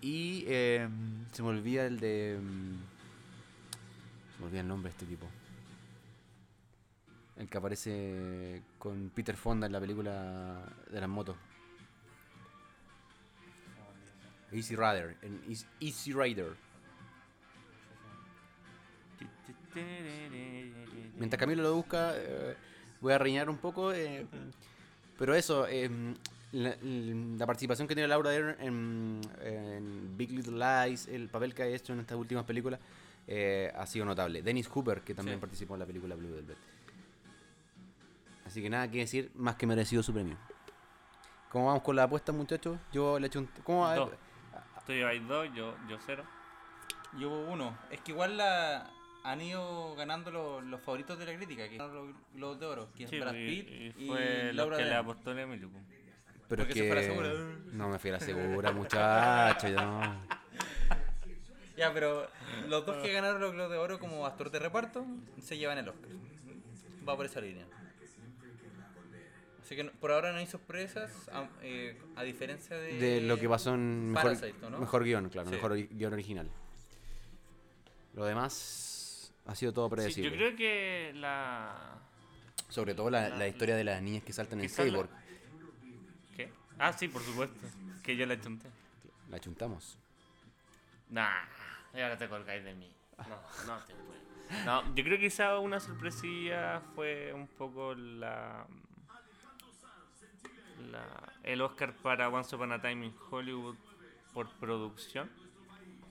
Speaker 4: Y eh, se me olvida el de. mm, Se me olvida el nombre de este tipo. El que aparece con Peter Fonda en la película de las motos. Easy Rider. en Eas- Easy Rider. Mientras Camilo lo busca, eh, voy a reñar un poco. eh, pero eso, eh, la, la participación que tiene Laura Dern en, en Big Little Lies, el papel que ha hecho en estas últimas películas, eh, ha sido notable. Dennis Hooper, que también
Speaker 3: Sí.
Speaker 4: participó en la película Blue Velvet. Así que nada que decir, más que merecido su premio. ¿Cómo vamos con la apuesta, muchachos? Yo le echo un... ¿Cómo va?
Speaker 2: Dos. Tú lleváis dos, yo, yo cero.
Speaker 3: Yo uno. Es que igual la, han ido ganando lo- los favoritos de la crítica, que son los Globos de Oro, que es
Speaker 2: Sí,
Speaker 3: Brad
Speaker 2: y,
Speaker 3: Pitt
Speaker 2: y
Speaker 3: y,
Speaker 2: fue lo
Speaker 3: Laura
Speaker 2: que le
Speaker 3: Dern.
Speaker 2: apostó el Emilio. po.
Speaker 4: Pero es
Speaker 3: Porque se fue a la segura.
Speaker 4: que... No me fui a la segura, muchacho. yo no.
Speaker 3: Ya, pero los dos que
Speaker 4: Ah.
Speaker 3: ganaron los Globos de Oro como actor de reparto se llevan el Oscar. Va por esa línea. Así que no- por ahora no hay sorpresas, a, eh, a diferencia de...
Speaker 4: De lo que pasó en mejor,
Speaker 3: Parasite, ¿o no?
Speaker 4: mejor guión, claro,
Speaker 3: Sí.
Speaker 4: mejor ori- guión original. Lo demás ha sido todo
Speaker 2: Sí,
Speaker 4: predecible.
Speaker 2: yo creo que la.
Speaker 4: Sobre todo la,
Speaker 2: la-
Speaker 4: la historia de las niñas que saltan en
Speaker 2: quizás la-
Speaker 4: skateboard.
Speaker 2: ¿Qué? Ah, sí, por supuesto. Que yo la chunté.
Speaker 4: La... chuntamos.
Speaker 2: Nah, y ahora te colgáis de mí. No, no te puedo. No, yo creo que quizá una sorpresilla fue un poco la, la- el Oscar para Once Upon a Time in Hollywood por producción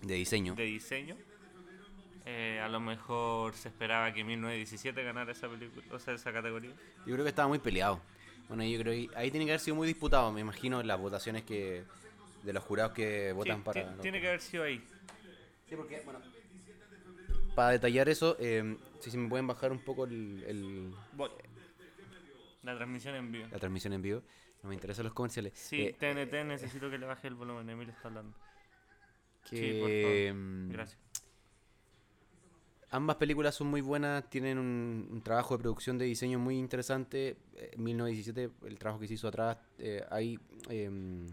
Speaker 4: De diseño.
Speaker 2: de diseño. Eh, a lo mejor se esperaba que 1917 ganara esa película, o sea, esa categoría.
Speaker 4: Yo creo que estaba muy peleado. Bueno, yo creo que ahí tiene que haber sido muy disputado, me imagino, las votaciones que de los jurados que votan
Speaker 2: Sí,
Speaker 4: para...
Speaker 2: ti-
Speaker 4: los-
Speaker 2: Tiene que haber sido ahí.
Speaker 4: Sí, porque, bueno... Para detallar eso, eh, si se me pueden bajar un poco el- el,
Speaker 2: Voy. La transmisión en vivo.
Speaker 4: la transmisión en vivo, no me interesan los comerciales.
Speaker 2: Sí,
Speaker 4: Eh,
Speaker 2: TNT, necesito que le baje el volumen. Emil está hablando.
Speaker 4: que,
Speaker 2: Sí, por favor.
Speaker 4: mm,
Speaker 2: Gracias.
Speaker 4: Ambas películas son muy buenas, tienen un, un trabajo de producción de diseño muy interesante. Eh, 1917, el trabajo que se hizo atrás, eh, hay em,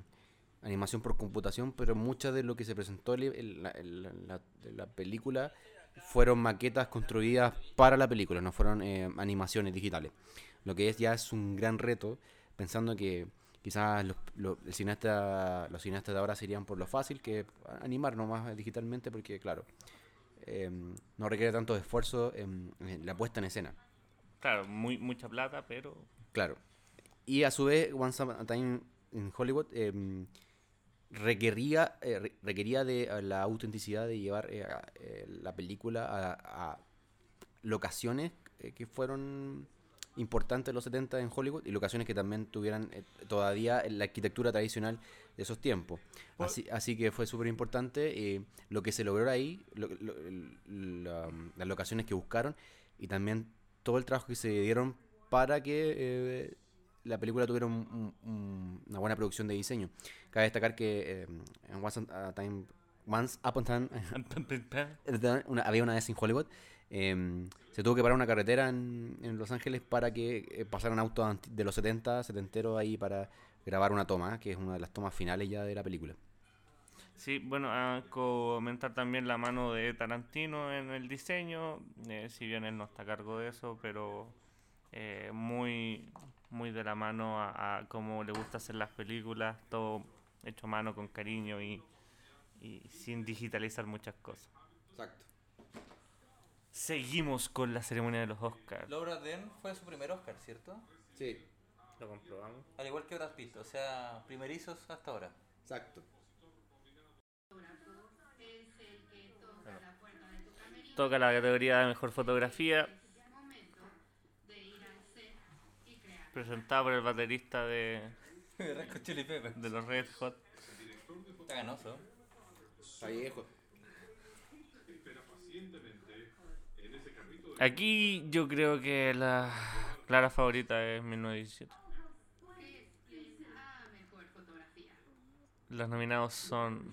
Speaker 4: animación por computación, pero muchas de lo que se presentó en el- la, en la- en la película fueron maquetas construidas para la película, no fueron eh, animaciones digitales. Lo que es ya es un gran reto, pensando que quizás los, los- el cineasta- los cineastas de ahora serían por lo fácil que animar nomás digitalmente, porque claro, em, no requiere tanto esfuerzo en, en la puesta en escena.
Speaker 2: Claro, muy, mucha plata, pero
Speaker 4: Claro. Y a su vez, Once Upon a Time en Hollywood em, requería, eh, re- requería de eh, la autenticidad de llevar eh, a- eh, la película a, a locaciones eh, que fueron importantes en los 70 en Hollywood y locaciones que también tuvieran eh, todavía la arquitectura tradicional de esos tiempos. Así, así que fue súper importante eh, lo que se logró ahí, lo- lo- el- la- las locaciones que buscaron y también todo el trabajo que se dieron para que eh, la película tuviera un- un- un- una buena producción de diseño. Cabe destacar que eh, en Once Upon a Time, Once Upon a Time una- había una vez en Hollywood, em, se tuvo que parar una carretera en, en Los Ángeles para que eh, pasaran autos anti- de los 70, 70 ahí para grabar una toma, que es una de las tomas finales ya de la película.
Speaker 2: Sí, bueno, a comentar también la mano de Tarantino en el diseño, eh, si bien él no está a cargo de eso, pero eh, muy, muy de la mano a, a cómo le gusta hacer las películas, todo hecho a mano con cariño y, y sin digitalizar muchas cosas.
Speaker 4: Exacto.
Speaker 2: Seguimos con la ceremonia de los Oscars.
Speaker 3: Laura Dern fue su primer Oscar, ¿cierto?
Speaker 4: Sí,
Speaker 2: Lo comprobamos.
Speaker 3: Al igual que Brad Pitt, o sea, primerizos hasta ahora.
Speaker 4: exacto.
Speaker 2: Toca la categoría de mejor fotografía. Presentada por el baterista de,
Speaker 3: Rasco Chili Pepe.
Speaker 2: de los Red Hot.
Speaker 3: Está ganoso.
Speaker 2: Aquí yo creo que la clara favorita es 1917. Los nominados son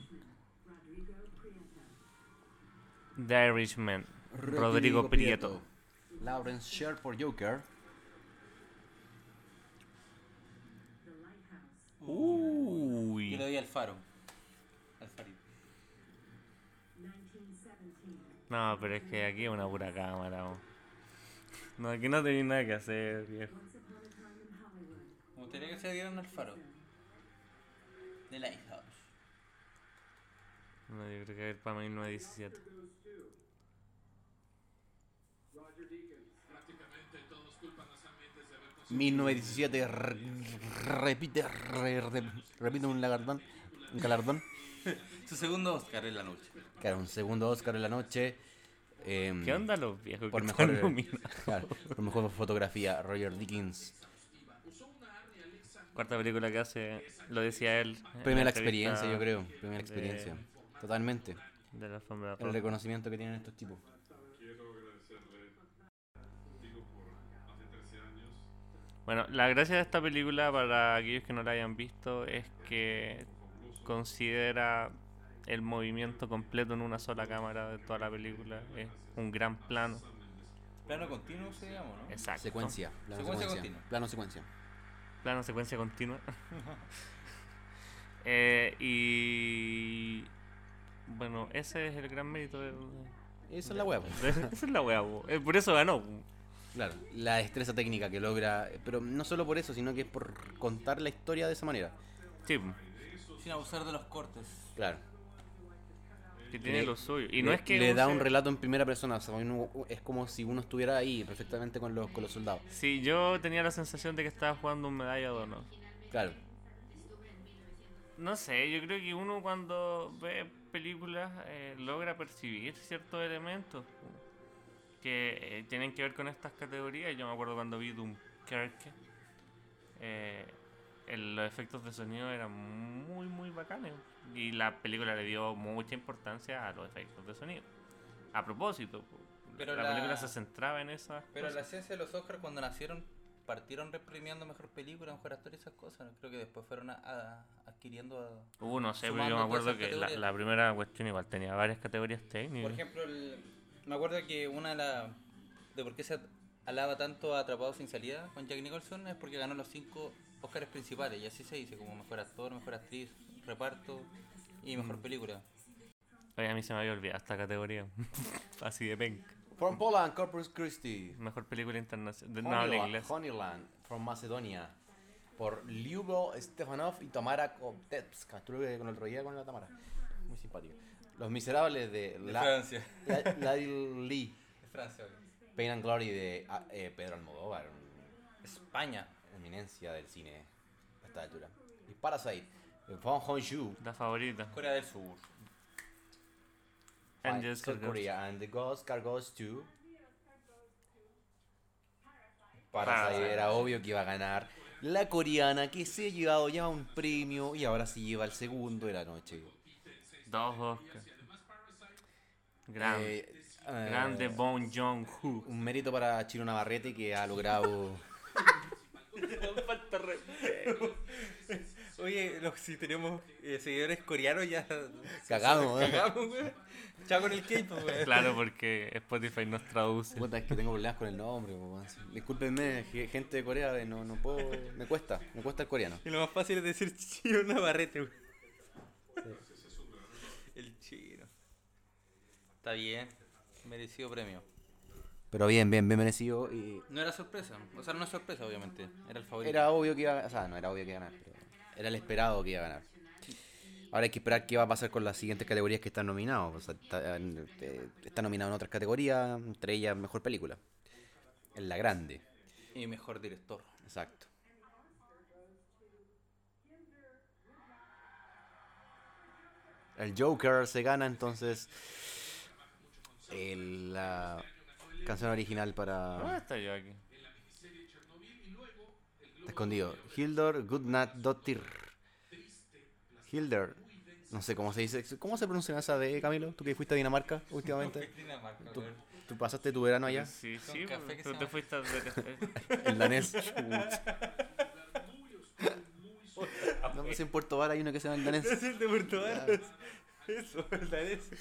Speaker 2: The Irishman, Rodrigo Prieto.
Speaker 4: Lawrence Sher por Joker.
Speaker 3: Yo le
Speaker 2: Uy.
Speaker 3: doy al faro. Al farito.
Speaker 2: No, pero es que aquí es una pura cámara. mo. No, aquí no tenéis nada que hacer, viejo.
Speaker 3: Me gustaría que se dieran al faro. De Lighthouse.
Speaker 2: No, yo creo que es para 1917.
Speaker 4: Mm. 1917 r- repite re- re- repite un lagardón, un galardón
Speaker 3: Su segundo Oscar en la noche.
Speaker 4: que era un segundo Oscar en la noche em,
Speaker 2: ¿Qué onda los viejos
Speaker 4: por
Speaker 2: que
Speaker 4: mejor
Speaker 2: están nominados?
Speaker 4: claro, por mejor fotografía Roger Dickens
Speaker 2: Cuarta película que hace, lo decía él. en
Speaker 4: premio a la
Speaker 2: la entrevista
Speaker 4: experiencia yo creo premio a la experiencia totalmente
Speaker 2: De la alfombra
Speaker 4: el
Speaker 2: roja.
Speaker 4: reconocimiento que tienen estos tipos
Speaker 2: Bueno, la gracia de esta película, para aquellos que no la hayan visto, es que considera el movimiento completo en una sola cámara de toda la película. Es un gran plano.
Speaker 3: Plano continuo se llama, ¿no?
Speaker 2: Exacto.
Speaker 4: secuencia plano
Speaker 3: Secuencia
Speaker 4: secuencia,
Speaker 3: continua.
Speaker 4: plano secuencia
Speaker 2: Plano, secuencia continua. Eh, y. Bueno, ese es el gran mérito de.
Speaker 4: esa es la web
Speaker 2: de- esa es la wea, po. Eh, por eso ganó. po.
Speaker 4: Claro, la destreza técnica que logra, pero no solo por eso, sino que es por contar la historia de esa manera.
Speaker 2: Sí, po.
Speaker 3: Sin abusar de los cortes.
Speaker 4: Claro.
Speaker 2: que tiene
Speaker 4: Le-
Speaker 2: lo suyo. Y no
Speaker 4: le,
Speaker 2: es que.
Speaker 4: le da
Speaker 2: use-
Speaker 4: un relato en primera persona, o sea, uno- es como si uno estuviera ahí perfectamente con los, con los soldados.
Speaker 2: Sí, yo tenía la sensación de que estaba jugando un medalla de honor.
Speaker 4: Claro,
Speaker 2: No sé, yo creo que uno cuando ve películas eh, logra percibir ciertos elementos que eh, tienen que ver con estas categorías. Yo me acuerdo cuando vi Dunkerque, eh, el- los efectos de sonido eran muy, muy bacanes. Y la película le dio mucha importancia a los efectos de sonido. A propósito, po,
Speaker 3: Pero
Speaker 2: la,
Speaker 3: la-
Speaker 2: película se centraba en esas
Speaker 3: Pero la
Speaker 2: cosas.
Speaker 3: esencia de los Oscars cuando nacieron partieron reprimiendo mejor película, mejor actor y esas cosas. ¿no? Creo que después fueron a- a- adquiriendo... a-
Speaker 2: Uh, no sé, pero yo
Speaker 3: sumando
Speaker 2: me acuerdo
Speaker 3: todas esas
Speaker 2: que la,
Speaker 3: categorías.
Speaker 2: la primera cuestión igual tenía varias categorías técnicas.
Speaker 3: Por ejemplo, el- me acuerdo que una de las... De por qué se alaba tanto a Atrapado sin salida con Jack Nicholson es porque ganó los cinco Oscars principales. Y así se dice, como mejor actor, mejor actriz, reparto y mejor película.
Speaker 2: Oye, a mí se me había olvidado esta categoría. Así de penca.
Speaker 4: From Poland, Corpus Christi.
Speaker 2: Mejor película internacional. No habla
Speaker 4: Honeyland,
Speaker 2: inglés.
Speaker 4: Honeyland, from Macedonia. Por Lyubo Stefanov y Tamara Kotevska. Estuve con el rollo con la Tamara. Muy simpática. Los miserables de
Speaker 3: De
Speaker 4: la,
Speaker 3: Francia.
Speaker 4: la- Larry Lee.
Speaker 3: De Francia, obvio.
Speaker 4: Pain and Glory de ah, eh, Pedro Almodóvar, un-
Speaker 3: España.
Speaker 4: eminencia del cine a esta altura. Y Parasite, de Bong Joon-ho,
Speaker 2: La favorita.
Speaker 3: Corea del Sur.
Speaker 2: And Just
Speaker 4: South
Speaker 2: Girls.
Speaker 4: Korea, and The Ghost Car Goes to...
Speaker 2: Parasite.
Speaker 4: Parasite era obvio que iba a ganar. La coreana que se ha llevado ya un premio y ahora se lleva el segundo de la noche.
Speaker 2: Dos Oscars. Grande.
Speaker 4: Eh, eh,
Speaker 2: Grande Bon Joon-ho.
Speaker 4: Un mérito para Chino Navarrete que ha logrado...
Speaker 3: Oye, los- si tenemos eh, seguidores coreanos ya
Speaker 4: Cagamos, ¿eh?
Speaker 3: cagamos, güey. Chao con el K-pop, güey.
Speaker 2: Claro, porque Spotify nos traduce.
Speaker 4: Puta, es que tengo problemas con el nombre, po, weón. Discúlpenme, ge- gente de Corea, eh, no, no puedo. Me cuesta, me cuesta el coreano.
Speaker 3: Y lo más fácil es decir chino Navarrete, güey. El chino. Está bien. Merecido premio.
Speaker 4: Pero bien, bien, bien merecido. Y
Speaker 3: No era sorpresa. O sea, no es sorpresa, obviamente. Era el favorito.
Speaker 4: era obvio que iba a O sea, no era obvio que iba a ganar, pero era el esperado que iba a ganar. Ahora hay que esperar qué va a pasar con las siguientes categorías que están nominados. O sea, está- en- eh, están nominados en otras categorías, entre ellas mejor película. En la grande,
Speaker 3: Y mejor director.
Speaker 4: exacto. El Joker se gana entonces el- la canción original
Speaker 2: ¿Cómo
Speaker 4: para
Speaker 2: estoy yo aquí?
Speaker 4: Está escondido. Hildur Gudnadottir. Hildur. No sé cómo se dice. ¿Cómo se pronuncia esa de Camilo? Tú que fuiste a Dinamarca últimamente. ¿Tú, tú pasaste tu verano allá?
Speaker 2: Sí, sí, pues,
Speaker 3: café
Speaker 2: pero
Speaker 3: que
Speaker 2: tú te
Speaker 3: se llama-
Speaker 2: fuiste a ver- este.
Speaker 4: El danés. No me sé, en Puerto Vara hay uno que se llama el danés.
Speaker 3: el de Puerto Varas. Ah, Eso, ¿verdad? Eso.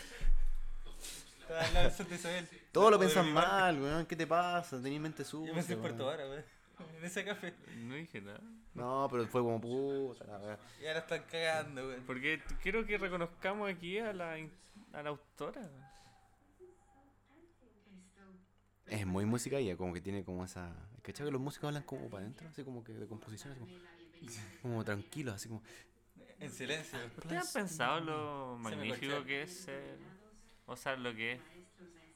Speaker 3: al lado del sur de Isabel.
Speaker 4: Todo lo
Speaker 3: O de
Speaker 4: pensás
Speaker 3: mi barrio.
Speaker 4: mal, weón. ¿Qué te pasa? Tenés mente sucia.
Speaker 3: Yo pensé en
Speaker 4: weón.
Speaker 3: Puerto Vara, weón. En ese café.
Speaker 2: Eh, No dije nada.
Speaker 4: No, pero fue como puta, la weá.
Speaker 3: Y ahora están cagando, weón.
Speaker 2: Porque t- quiero que reconozcamos aquí a la, in- a la autora.
Speaker 4: Es muy música y como que tiene como esa. ¿Cachai que los músicos hablan como para adentro? Así como que de composición, así como. Como tranquilos, así como.
Speaker 3: En silencio.
Speaker 2: ¿Ustedes han pensado lo
Speaker 3: me
Speaker 2: magnífico
Speaker 3: corchea.
Speaker 2: que es ser- O sea, lo que es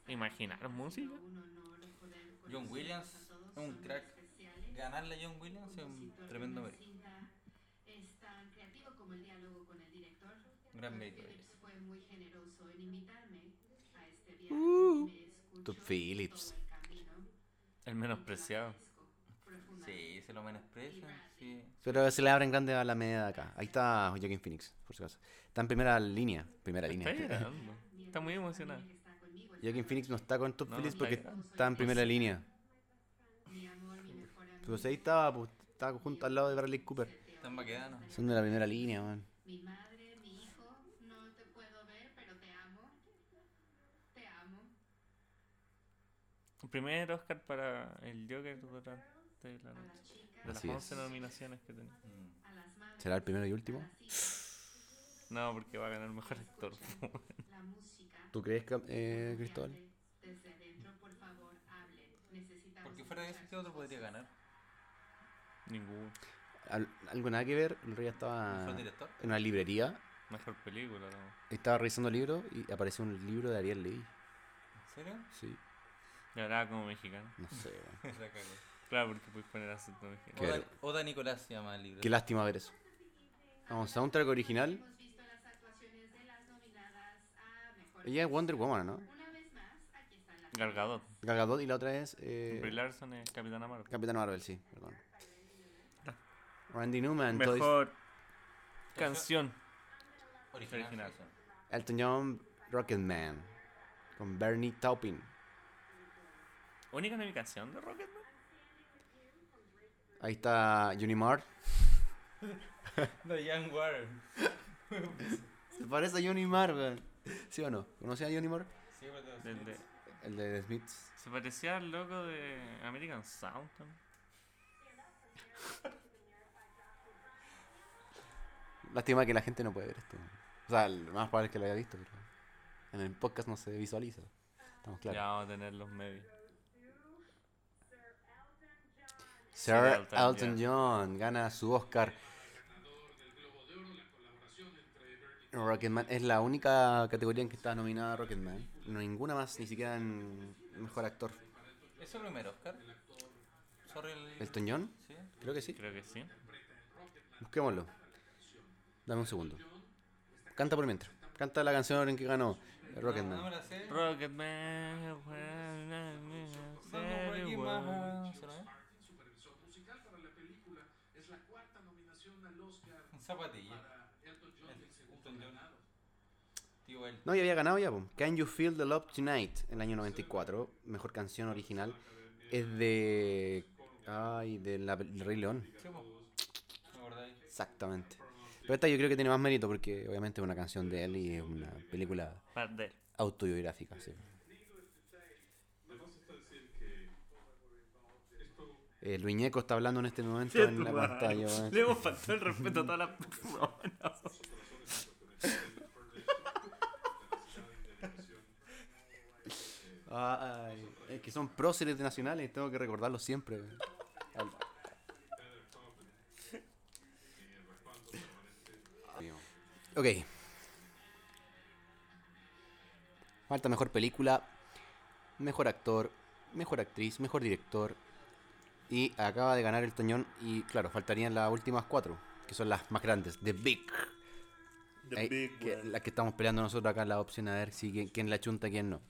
Speaker 2: imaginar música.
Speaker 3: John Williams es un crack. Ganarle a John Williams es un tremendo mérito. Gran mérito. de él.
Speaker 5: este
Speaker 4: Uh. Top Phillips.
Speaker 2: El menospreciado.
Speaker 3: Sí, se lo menosprecia. Sí.
Speaker 4: Pero se le abren grande a la media de acá. Ahí está Joaquin Phoenix, por si acaso. Está en primera línea. Primera
Speaker 2: Está
Speaker 4: línea.
Speaker 2: llorando. Está muy emocionada.
Speaker 4: Joaquin Phoenix no está con Top
Speaker 2: No, no
Speaker 4: Phillips
Speaker 2: está Pues
Speaker 4: porque
Speaker 2: llorando.
Speaker 4: está en primera línea. Pero si ahí estaba, pues, estaba junto al lado de Bradley Cooper.
Speaker 3: Están vaquedanos.
Speaker 4: Son de la primera línea, man.
Speaker 5: Mi madre, mi hijo, no te puedo ver, pero te amo. Te amo.
Speaker 2: El primer Oscar para el Joker durante la noche. De las
Speaker 4: Así
Speaker 2: 11
Speaker 4: es.
Speaker 2: nominaciones que tenía.
Speaker 3: Mm.
Speaker 4: ¿Será el primero y último?
Speaker 2: No, porque va a ganar mejor actor.
Speaker 5: La música.
Speaker 4: ¿Tú crees, Cam- eh, Cristóbal?
Speaker 5: Desde dentro, por favor, hablen. Necesitamos.
Speaker 3: Porque fuera de eso, ¿qué otro podría ganar?
Speaker 2: Ninguno.
Speaker 4: Al- Algo nada que ver. El rey estaba
Speaker 3: ¿Mejor
Speaker 4: en
Speaker 3: director?
Speaker 4: una librería
Speaker 2: Mejor película. ¿no?
Speaker 4: Estaba revisando libros y apareció un libro de Ariel Levy.
Speaker 3: ¿En serio?
Speaker 4: Sí,
Speaker 2: Le hablaba como mexicano.
Speaker 4: no sé, weón.
Speaker 3: La cago.
Speaker 2: Claro, porque puedes poner acento mexicano.
Speaker 4: ¿Qué?
Speaker 3: Oda, Oda Nicolás se llama el libro.
Speaker 4: Qué lástima ver eso. Vamos, soundtrack original.
Speaker 5: Hemos visto las actuaciones de las nominadas a mejor.
Speaker 4: Ella es Wonder Woman, ¿no?
Speaker 5: Una vez más, aquí están las.
Speaker 2: Gal Gadot.
Speaker 4: Gal Gadot y la otra es. eh,
Speaker 2: Brie Larson es Capitana Marvel.
Speaker 4: Capitán Marvel, sí, perdón. Randy Newman, Toy-
Speaker 2: Mejor canción.
Speaker 3: Original.
Speaker 2: Original.
Speaker 3: sí,
Speaker 4: Elton John, Rocketman. Con Bernie Taupin.
Speaker 2: Única nominación de Rocketman.
Speaker 4: Ahí está Unimar.
Speaker 3: sí. The Young Warren.
Speaker 4: Se parece a Unimar, weón. ¿Sí o no? ¿Conocías a Unimar?
Speaker 3: Sí, pero te lo
Speaker 2: Del de-
Speaker 4: El de The Smiths.
Speaker 2: se parecía al loco de American Sound. también.
Speaker 4: Lástima que la gente no puede ver esto. O sea, lo más probable es que lo haya visto, pero. En el podcast no se visualiza. Estamos claros.
Speaker 2: Ya vamos a tener los medios.
Speaker 4: Sir
Speaker 2: Elton
Speaker 4: Elton
Speaker 2: John.
Speaker 4: John gana su Oscar. Rocketman es la única categoría en que está nominada Rocketman. No ninguna más, ni siquiera en mejor actor.
Speaker 3: ¿Es el primer Oscar? Sorry, el...
Speaker 4: ¿Elton John?
Speaker 3: Sí.
Speaker 4: Creo que sí.
Speaker 2: Creo que sí.
Speaker 4: Busquémoslo. Dame un segundo. Canta por mientras. Canta la canción en que
Speaker 3: No,
Speaker 4: ganó
Speaker 3: no me
Speaker 4: Rocketman.
Speaker 3: la sé.
Speaker 2: Rocketman. when I'm
Speaker 3: No, no, por aquí
Speaker 2: everywhere.
Speaker 3: más, ¿se lo ve? Un zapatillo. Elton John. Tío él.
Speaker 4: No, ya había ganado ya. po. Can You Feel the Love Tonight, el año 94. Mejor canción original. Es de... Ay, del de Rey León.
Speaker 3: ¿Qué po? ¿Me acordáis?
Speaker 4: Exactamente. Pero esta yo creo que tiene más mérito porque obviamente es una canción de él y es una película
Speaker 2: Para de-
Speaker 4: autobiográfica. sí. Eh, Luñeco está hablando en este momento en la pantalla. weón.
Speaker 2: Le hemos faltado el respeto a todas las personas.
Speaker 4: Ay, es que son próceres nacionales, tengo que recordarlo siempre. weón. Al- Ok. Falta mejor película, mejor actor, mejor actriz, mejor director. Y acaba de ganar el Toñón y claro, faltarían las últimas cuatro, que son las más grandes, The Big. Ahí, que- las que estamos peleando nosotros acá, la opción a ver si quién, quién la chunta, quién no.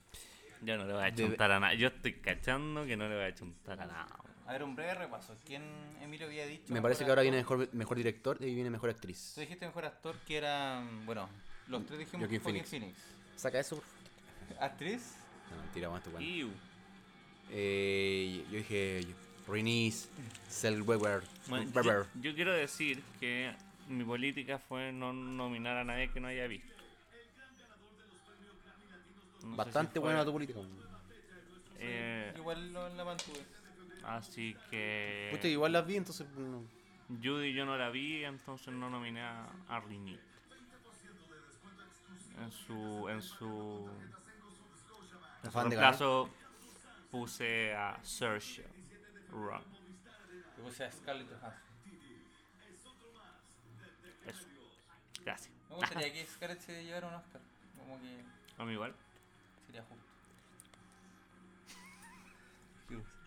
Speaker 2: Yo no le voy a chuntar a nada. Yo estoy cachando que no le voy a chuntar a nada.
Speaker 3: A ver, un breve repaso. ¿Quién Emilio había dicho?
Speaker 4: Me parece que
Speaker 3: mejor actor?
Speaker 4: ahora viene mejor, mejor director y viene mejor actriz.
Speaker 3: Tú dijiste mejor actor que era. Bueno, los tres dijimos
Speaker 4: Joaquin
Speaker 3: Joaquin
Speaker 4: Phoenix.
Speaker 3: Phoenix.
Speaker 4: Saca eso, por favor.
Speaker 3: Actriz.
Speaker 4: No, mentira, bueno, esto es bueno.
Speaker 2: Iu.
Speaker 4: Eh, yo dije Renis, Zellweger,
Speaker 2: Bueno,
Speaker 4: Weber.
Speaker 2: yo, yo quiero decir que mi política fue no nominar a nadie que no haya visto. No sé
Speaker 4: Bastante
Speaker 2: si fue-
Speaker 4: buena tu política.
Speaker 2: Eh,
Speaker 3: Igual lo- la mantuve.
Speaker 2: así que.
Speaker 4: Puta, igual las vi, entonces. no.
Speaker 2: Judy yo no la vi, entonces no nominé a Arlene. En su. En su. En su
Speaker 4: Afán de
Speaker 2: reemplazo puse a Saoirse Ronan.
Speaker 3: Yo puse a Scarlett Johansson.
Speaker 2: Eso. Gracias.
Speaker 3: Me gustaría que Scarlett se llevara un Oscar. Como que
Speaker 2: A mí igual.
Speaker 3: sería justo.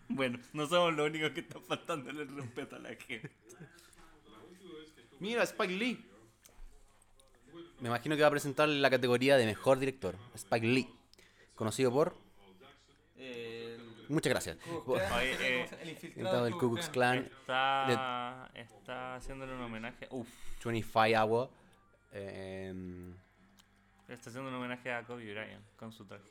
Speaker 2: Bueno, no somos los únicos que están faltando el respeto a la gente.
Speaker 4: Mira, Spike Lee. Me imagino que va a presentar la categoría de mejor director, Spike Lee. Conocido por.
Speaker 3: Eh, El,
Speaker 4: Muchas gracias.
Speaker 2: Oye, eh,
Speaker 3: el infiltrado
Speaker 4: Sentado
Speaker 3: del
Speaker 4: del Ku Klux Klan,
Speaker 2: Está, está haciéndole un homenaje. Uf,
Speaker 4: 25 Hour. eh,
Speaker 2: está haciendo un homenaje a Kobe Bryant con su traje.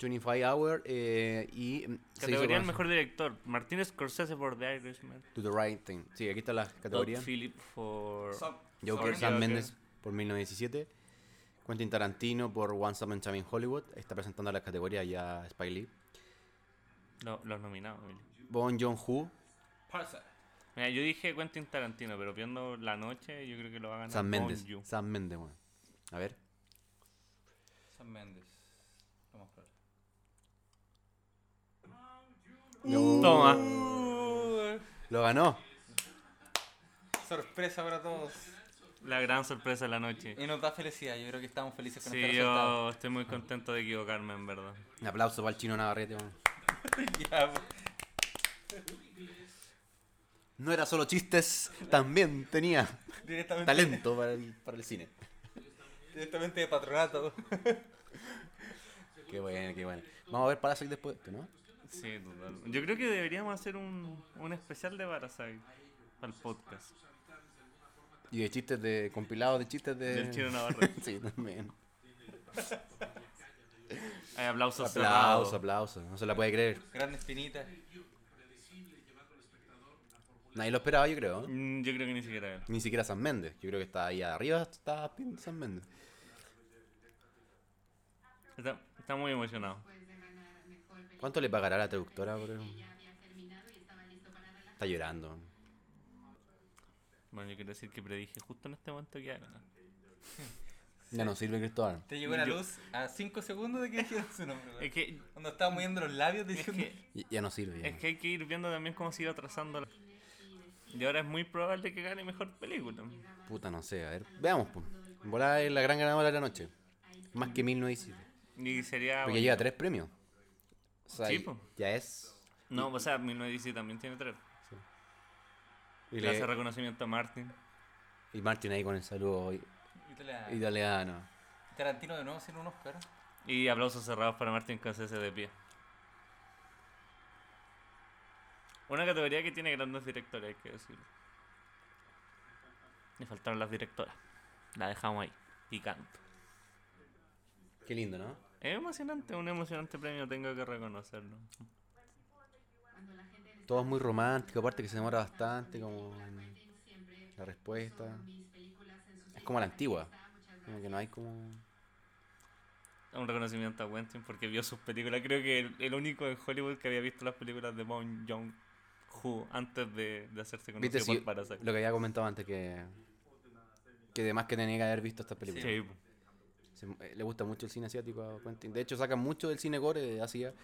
Speaker 4: 25 Hour eh, y. mm, se hizo
Speaker 2: Categoría el
Speaker 4: conocer.
Speaker 2: mejor director: Martin Scorsese por The Irishman.
Speaker 4: Do the Right Thing. Sí, aquí está la
Speaker 2: Todd
Speaker 4: categoría.
Speaker 2: Phillip por.
Speaker 4: Joker,
Speaker 2: Sorry. Joker.
Speaker 4: Sam Mendes por 1917. Quentin Tarantino por Once Upon a Time in Hollywood. Está presentando la categoría ya Spike Lee.
Speaker 2: lo- los nominados, Emilio.
Speaker 4: Bon Joon-ho,
Speaker 3: Parasite.
Speaker 2: Mira, yo dije Quentin Tarantino, pero viendo la noche, yo creo que lo va a ganar.
Speaker 4: Sam
Speaker 2: Bong
Speaker 4: Mendes.
Speaker 2: Joon.
Speaker 4: Sam Mendes, bueno. A ver.
Speaker 3: Sam Mendes. Lo más probable.
Speaker 4: No.
Speaker 2: Toma.
Speaker 4: Lo ganó.
Speaker 3: Sorpresa para todos.
Speaker 2: La gran sorpresa de la noche.
Speaker 3: Y nos da felicidad. Yo creo que estamos felices con
Speaker 2: Sí,
Speaker 3: este resultado.
Speaker 2: yo estoy muy contento de equivocarme, en verdad.
Speaker 4: Un aplauso para el chino Navarrete, bueno.
Speaker 3: Ya, pues.
Speaker 4: No era solo chistes, también tenía
Speaker 3: directamente,
Speaker 4: talento para el, para el cine.
Speaker 3: directamente de patronato.
Speaker 4: Qué bueno, qué bueno. Vamos a ver Parasite después, de esto, ¿no?
Speaker 2: Sí, total. Yo creo que deberíamos hacer un, un especial de Parasite para el podcast.
Speaker 4: Y de chistes de compilados de chistes de
Speaker 2: Del chino Navarrete.
Speaker 4: sí, también.
Speaker 2: Hay aplausos
Speaker 4: Aplauso,
Speaker 2: cerrados.
Speaker 4: aplauso. No se la puede creer.
Speaker 3: Gran espinita.
Speaker 4: Nadie lo esperaba, yo creo. ¿eh?
Speaker 2: Mm, Yo creo que ni siquiera él.
Speaker 4: Ni siquiera San Méndez. Yo creo que está ahí arriba, está pin- San Méndez.
Speaker 2: Está, está muy emocionado.
Speaker 4: ¿Cuánto le pagará la traductora? por el- Está llorando.
Speaker 2: Bueno, yo quiero decir que predije justo en este momento que iba a ganar.
Speaker 4: Ya no sirve Cristóbal.
Speaker 3: Te llegó la
Speaker 2: Yo-
Speaker 3: luz a 5 segundos de que dijeron su nombre. güey.
Speaker 2: Es que,
Speaker 3: Cuando estaba moviendo los labios
Speaker 2: es
Speaker 3: diciendo.
Speaker 2: que
Speaker 4: Ya- Ya no sirve. ya.
Speaker 2: Es que hay que ir viendo también cómo se iba trazando. la- Y ahora es muy probable que gane mejor película.
Speaker 4: Puta, no sé. A ver, veamos. Pues. Volá es la gran ganadora de la noche. Más que 1917.
Speaker 2: Y sería.
Speaker 4: Porque
Speaker 2: Ah, bueno,
Speaker 4: lleva tres premios. O sea,
Speaker 2: Sí,
Speaker 4: y-
Speaker 2: po.
Speaker 4: ya es.
Speaker 2: No, o sea, 1917 también tiene tres.
Speaker 4: Y,
Speaker 2: Le
Speaker 4: le-
Speaker 2: hace reconocimiento a Martin.
Speaker 4: y Martin ahí con el saludo i-
Speaker 3: Y te
Speaker 2: Ah.
Speaker 3: la-
Speaker 4: italiano.
Speaker 3: Tarantino de nuevo sin un Oscar.
Speaker 2: Y aplausos cerrados para Martin Scorsese de pie. Una categoría que tiene grandes directores, hay que decirlo. Le faltaron las directoras. La dejamos ahí, picante.
Speaker 4: Qué lindo, ¿no?
Speaker 2: Es emocionante, un emocionante premio, tengo que reconocerlo.
Speaker 4: Todo es muy romántico, aparte que se demora bastante, como en la respuesta. Es como la antigua. Como que no hay como.
Speaker 2: un reconocimiento a Quentin porque vio sus películas. Creo que el, el único en Hollywood que había visto las películas de Bong Joon-ho antes de, de hacerse conocido
Speaker 4: Viste,
Speaker 2: por
Speaker 4: sí,
Speaker 2: Parasite.
Speaker 4: lo que había comentado antes que. Que además que tenía que haber visto estas películas.
Speaker 2: Sí, po.
Speaker 4: Se- eh, le gusta mucho el cine asiático a Quentin. De hecho, saca mucho del cine gore de Asia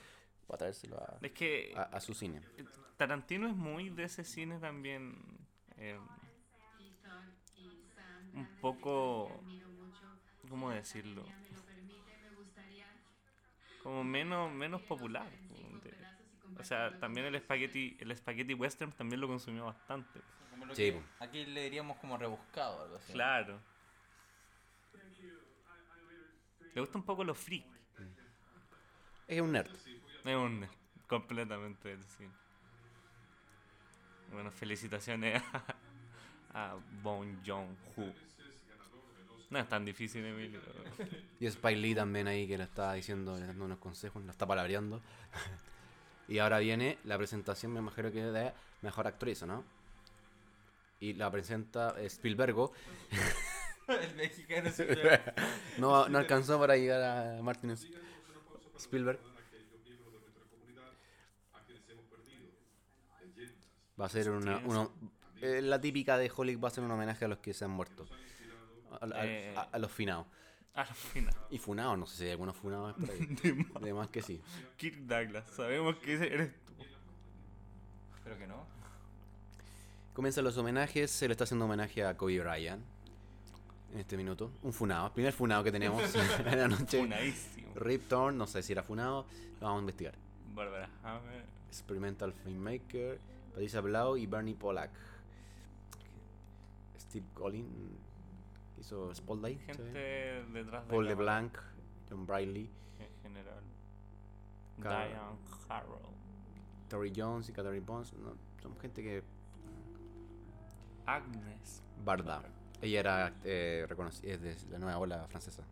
Speaker 4: para traérselo a,
Speaker 2: es que
Speaker 4: a- a su cine.
Speaker 2: Tarantino es muy de ese cine también. eh, un poco... ¿Cómo decirlo? Como menos, menos popular. po, de- o sea, también el spaghetti, el spaghetti western también lo consumió bastante.
Speaker 3: Como lo
Speaker 4: Sí,
Speaker 3: que aquí le diríamos como rebuscado o algo así.
Speaker 2: Claro. Le gusta un poco los freak.
Speaker 4: Es un nerd.
Speaker 2: Es un nerd, completamente del cine. Bueno, felicitaciones a, a Bong Joon-ho. No es tan difícil, Emilio.
Speaker 4: Y Spike Lee también ahí que lo está diciendo, le dando unos consejos, lo está palabreando. y ahora viene la presentación, me imagino que de mejor actriz, ¿o ¿no? Y la presenta eh, oh. Spielbergo.
Speaker 3: el mexicano se
Speaker 4: No, no alcanzó para llegar a Martínez. Spielberg. Va a ser una, una- eh, la típica de Holic va a ser un homenaje a los que se han muerto. A, a-
Speaker 2: Eh.
Speaker 4: a- a los finados.
Speaker 2: Ah, no, final.
Speaker 4: Y funados, no sé si hay algunos funados por ahí. De más que sí.
Speaker 2: Kirk Douglas, sabemos que ese eres tú.
Speaker 3: Pero que no.
Speaker 4: Comienzan los homenajes, se le está haciendo homenaje a Kobe Bryant. En este minuto. Un funado. Primer funado que tenemos en la noche.
Speaker 2: Funadísimo.
Speaker 4: Rip Torn, no sé si era funado. Lo vamos a investigar.
Speaker 2: Bárbara Hammer.
Speaker 4: Experimental Filmmaker, Patricia Blau y Bernie Pollack. Steve Collin que hizo Spotlight. ¿se
Speaker 2: Gente
Speaker 4: ve?
Speaker 2: detrás de
Speaker 4: Paul
Speaker 2: cámara,
Speaker 4: LeBlanc, John Briley,
Speaker 2: En general.
Speaker 4: Car-
Speaker 2: Diane Harrow.
Speaker 4: Tori Jones y Catherine Pons. No, son gente que.
Speaker 2: Agnes.
Speaker 4: Barda. Ella era eh, reconoc- es de la nueva ola francesa.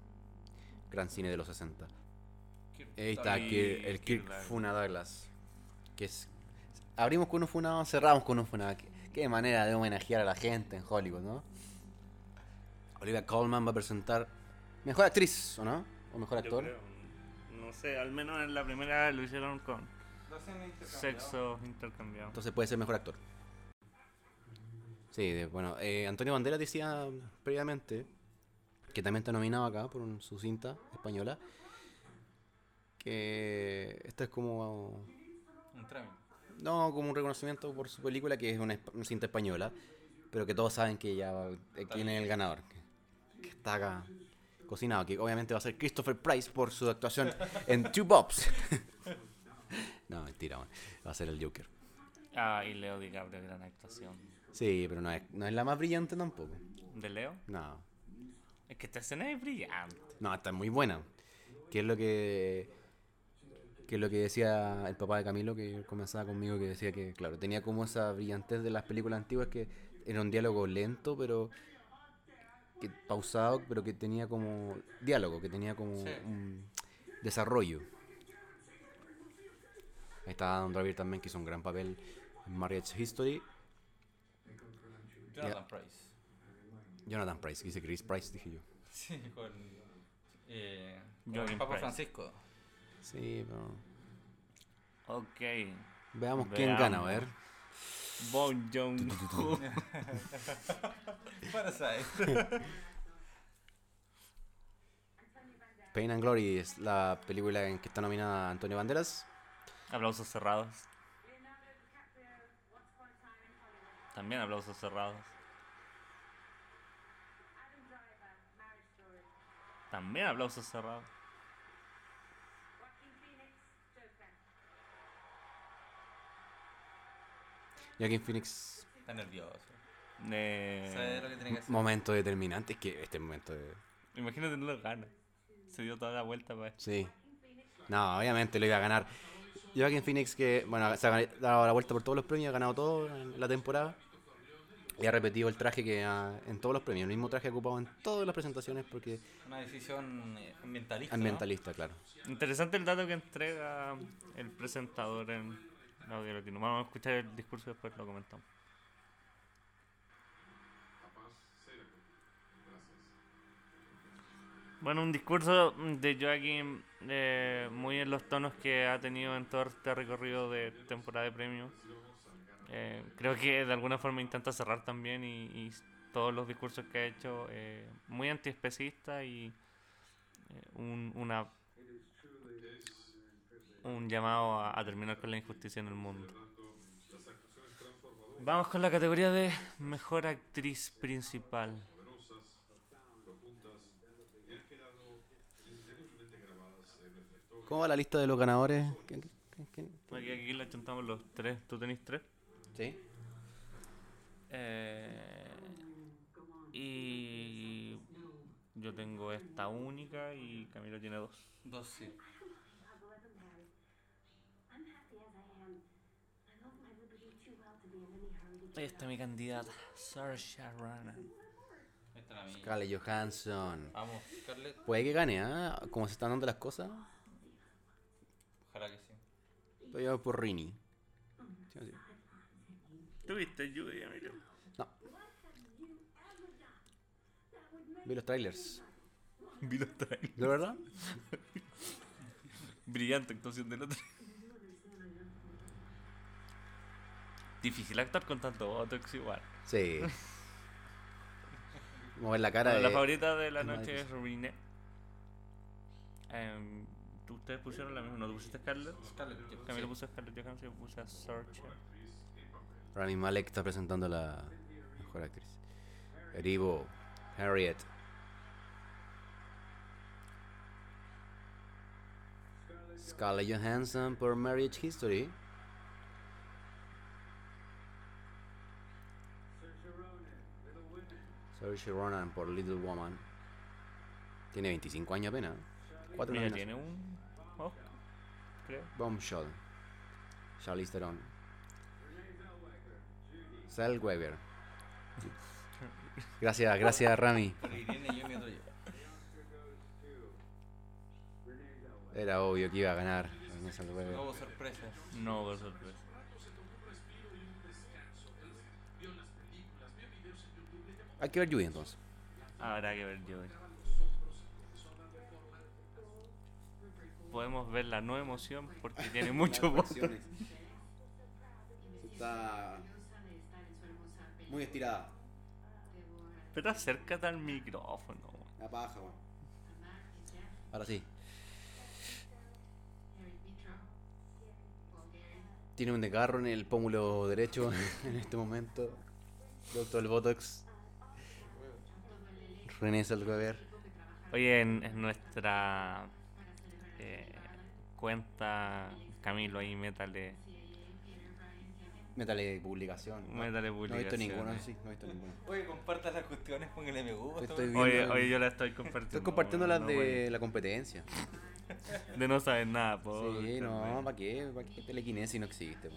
Speaker 4: Gran cine de los 60. Ahí está
Speaker 2: Y
Speaker 4: Kirk- el Kirk
Speaker 2: Douglas.
Speaker 4: Funa Douglas. Que es. Abrimos con un funado, cerramos con un funado. Qué, qué manera de homenajear a la gente en Hollywood, ¿no? Olivia Colman va a presentar mejor actriz, ¿o no? ¿O mejor
Speaker 2: Yo
Speaker 4: actor?
Speaker 2: creo, No sé, al menos en la primera lo hicieron con sexo intercambiado.
Speaker 4: Entonces puede ser mejor actor. Sí, de- bueno, eh, Antonio Banderas decía previamente, que también está nominado acá por un- su cinta española, que esta es como
Speaker 3: Un trámite.
Speaker 4: No, como un reconocimiento por su película, que es una, esp- una cinta española, pero que todos saben que ya eh, quién es el ganador. que- Que está acá cocinado, que obviamente va a ser Christopher Price por su actuación en Two Bobs. no, mentira, bueno, va a ser el Joker.
Speaker 2: Ah, y Leo DiCaprio, gran actuación.
Speaker 4: Sí, pero no es, no es la más brillante tampoco.
Speaker 2: ¿De Leo?
Speaker 4: No,
Speaker 2: Es que esta escena es brillante.
Speaker 4: no, está muy buena. Que es lo que. Que es lo que decía el papá de Camilo, que comenzaba conmigo, que decía que, claro, tenía como esa brillantez de las películas antiguas que era un diálogo lento, pero. que- pausado, pero que tenía como. diálogo, que tenía como
Speaker 3: Sí.
Speaker 4: un desarrollo. Ahí está Don Draper también, que hizo un gran papel en Marriage History.
Speaker 3: Jonathan Price.
Speaker 4: Jonathan Price, dice Chris Price, dije yo.
Speaker 3: Sí, con. Eh, con
Speaker 2: Jonathan
Speaker 3: el Papa
Speaker 2: Price.
Speaker 3: Francisco.
Speaker 4: Sí, pero.
Speaker 2: Ok.
Speaker 4: Veamos quién gana, a ver.
Speaker 2: Bon Joon.
Speaker 3: Parasite.
Speaker 4: Pain and Glory es la película en que está nominada Antonio Banderas.
Speaker 2: aplausos cerrados. También aplausos cerrados. También aplausos cerrados.
Speaker 4: Joaquin Phoenix,
Speaker 3: Está nervioso. Sabe lo
Speaker 2: Eh,
Speaker 3: que tiene que hacer.
Speaker 4: momento determinante. Es que este momento de...
Speaker 2: imagínate no lo gana. Se dio toda la vuelta pues. para esto.
Speaker 4: Sí. No, obviamente lo iba a ganar. Joaquin Phoenix que, bueno, se ha gan- dado la vuelta por todos los premios, ha ganado todo en la temporada. Y ha repetido el traje que ha- en todos los premios, el mismo traje ocupado en todas las presentaciones porque
Speaker 3: Una decisión eh, ambientalista. ¿no?
Speaker 4: ambientalista, claro.
Speaker 2: Interesante el dato que entrega el presentador en la audio latino. Vamos a escuchar el discurso y después lo comentamos. Bueno, un discurso de Joaquín eh, muy en los tonos que ha tenido en todo este recorrido de temporada de premios. Eh, creo que de alguna forma intenta cerrar también y, y todos los discursos que ha hecho eh, muy antiespecista y eh, un- una un llamado a, a terminar con la injusticia en el mundo. Vamos con la categoría de mejor actriz principal.
Speaker 4: ¿Cómo va la lista de los ganadores? ¿Quién- quién- quién?
Speaker 2: Aquí, aquí la chuntamos los tres. ¿Tú tenés tres?
Speaker 4: Sí.
Speaker 2: Eh, y yo tengo esta única y Camilo tiene dos.
Speaker 3: Dos sí.
Speaker 2: Ahí está mi candidata, Saoirse Ronan.
Speaker 3: Esta era mi.
Speaker 4: Scarlett Johansson.
Speaker 3: Vamos, Scarlett.
Speaker 4: Puede que gane, ¿ah? Como se están dando las cosas.
Speaker 3: Ojalá que sí.
Speaker 4: Estoy llevado pues por Rini.
Speaker 2: ¿Tuviste lluvia, Camilo?
Speaker 4: No. Vi los trailers.
Speaker 2: Vi los trailers.
Speaker 4: ¿De verdad?
Speaker 2: Brillante actuación del otro. Difícil actuar con tanto botox igual.
Speaker 4: Sí. Mover la cara
Speaker 2: Bueno,
Speaker 4: de...
Speaker 2: la favorita de la
Speaker 4: es más
Speaker 2: noche es
Speaker 4: difícil.
Speaker 2: Rubiné. Em, ¿tú- ¿Ustedes pusieron la misma? ¿No tú pusiste Scarlett?
Speaker 3: Scarlett Johansson.
Speaker 2: Camilo puso Scarlett Johansson, yo puse a Sorcha.
Speaker 4: Rami Malek está presentando la mejor actriz. Erivo, Harriet. Scarlett Johansson por Marriage History. Saoirse Ronan por Little Woman. Tiene 25 años apenas. Cuatro
Speaker 2: Mira,
Speaker 4: años.
Speaker 2: tiene un Oscar, creo.
Speaker 4: Bombshell. Charlize Theron. Zellweger. Gracias, gracias Rami.
Speaker 3: Por Irene yo me otro yo.
Speaker 4: Era obvio que iba a ganar. René Zellweger.
Speaker 3: No hubo sorpresas.
Speaker 2: No, por sorpresa.
Speaker 4: Hay que ver Judy entonces.
Speaker 2: Habrá que ver yo. Podemos ver la no emoción porque tiene mucho botox.
Speaker 4: Está muy estirada.
Speaker 2: Pero acércate al micrófono. weón.
Speaker 4: La paja, weón. Ahora sí. Tiene un desgarro en el pómulo derecho en este momento. Producto del Botox. René Salgover.
Speaker 2: Oye, en, en nuestra eh, cuenta, Camilo, ahí métale.
Speaker 4: Métale publicación. No,
Speaker 2: Métale
Speaker 4: No he visto
Speaker 2: publicación,
Speaker 4: ninguno,
Speaker 2: eh.
Speaker 4: sí, no he visto ninguno.
Speaker 3: Oye, compartan las cuestiones, pónganle me gusta.
Speaker 4: Estoy
Speaker 3: weón.
Speaker 4: viendo-
Speaker 2: Oye, oye, yo la estoy compartiendo.
Speaker 4: Estoy compartiendo
Speaker 2: weón,
Speaker 4: las
Speaker 2: no,
Speaker 4: de la competencia.
Speaker 2: weón. De no saber nada, po.
Speaker 4: Sí, no, ¿para qué? ¿Para qué telequinesis no existe? po?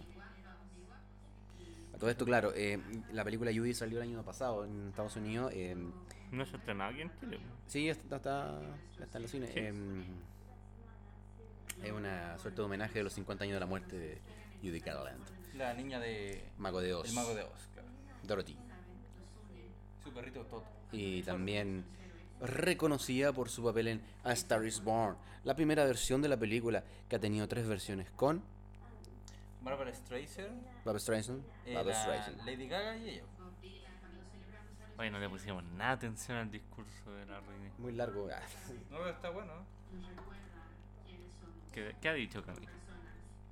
Speaker 4: A todo esto, claro, eh, la película Judy salió el año pasado en Estados Unidos. eh,
Speaker 2: No se ha estrenado aquí en Chile. weón.
Speaker 4: sí, está, está, está en los cines.
Speaker 2: Sí.
Speaker 4: eh, es una suerte de homenaje de los 50 años de la muerte de Judy Garland.
Speaker 3: La niña de.
Speaker 4: Mago de Oz.
Speaker 3: El mago de Oz, claro.
Speaker 4: Dorothy.
Speaker 3: Su perrito Toto.
Speaker 4: Y también reconocida por su papel en A Star is Born, la primera versión de la película que ha tenido tres versiones con
Speaker 3: Barbara Streisand.
Speaker 4: Bob Streisand.
Speaker 3: eh,
Speaker 4: Barbra
Speaker 3: la
Speaker 4: Streisand.
Speaker 3: Lady Gaga y ella.
Speaker 2: Oye, no le pusimos nada de atención al discurso de la reina.
Speaker 4: Muy largo. ah.
Speaker 3: No, pero está bueno. ¿eh?
Speaker 2: ¿Qué, qué ha dicho Camilo?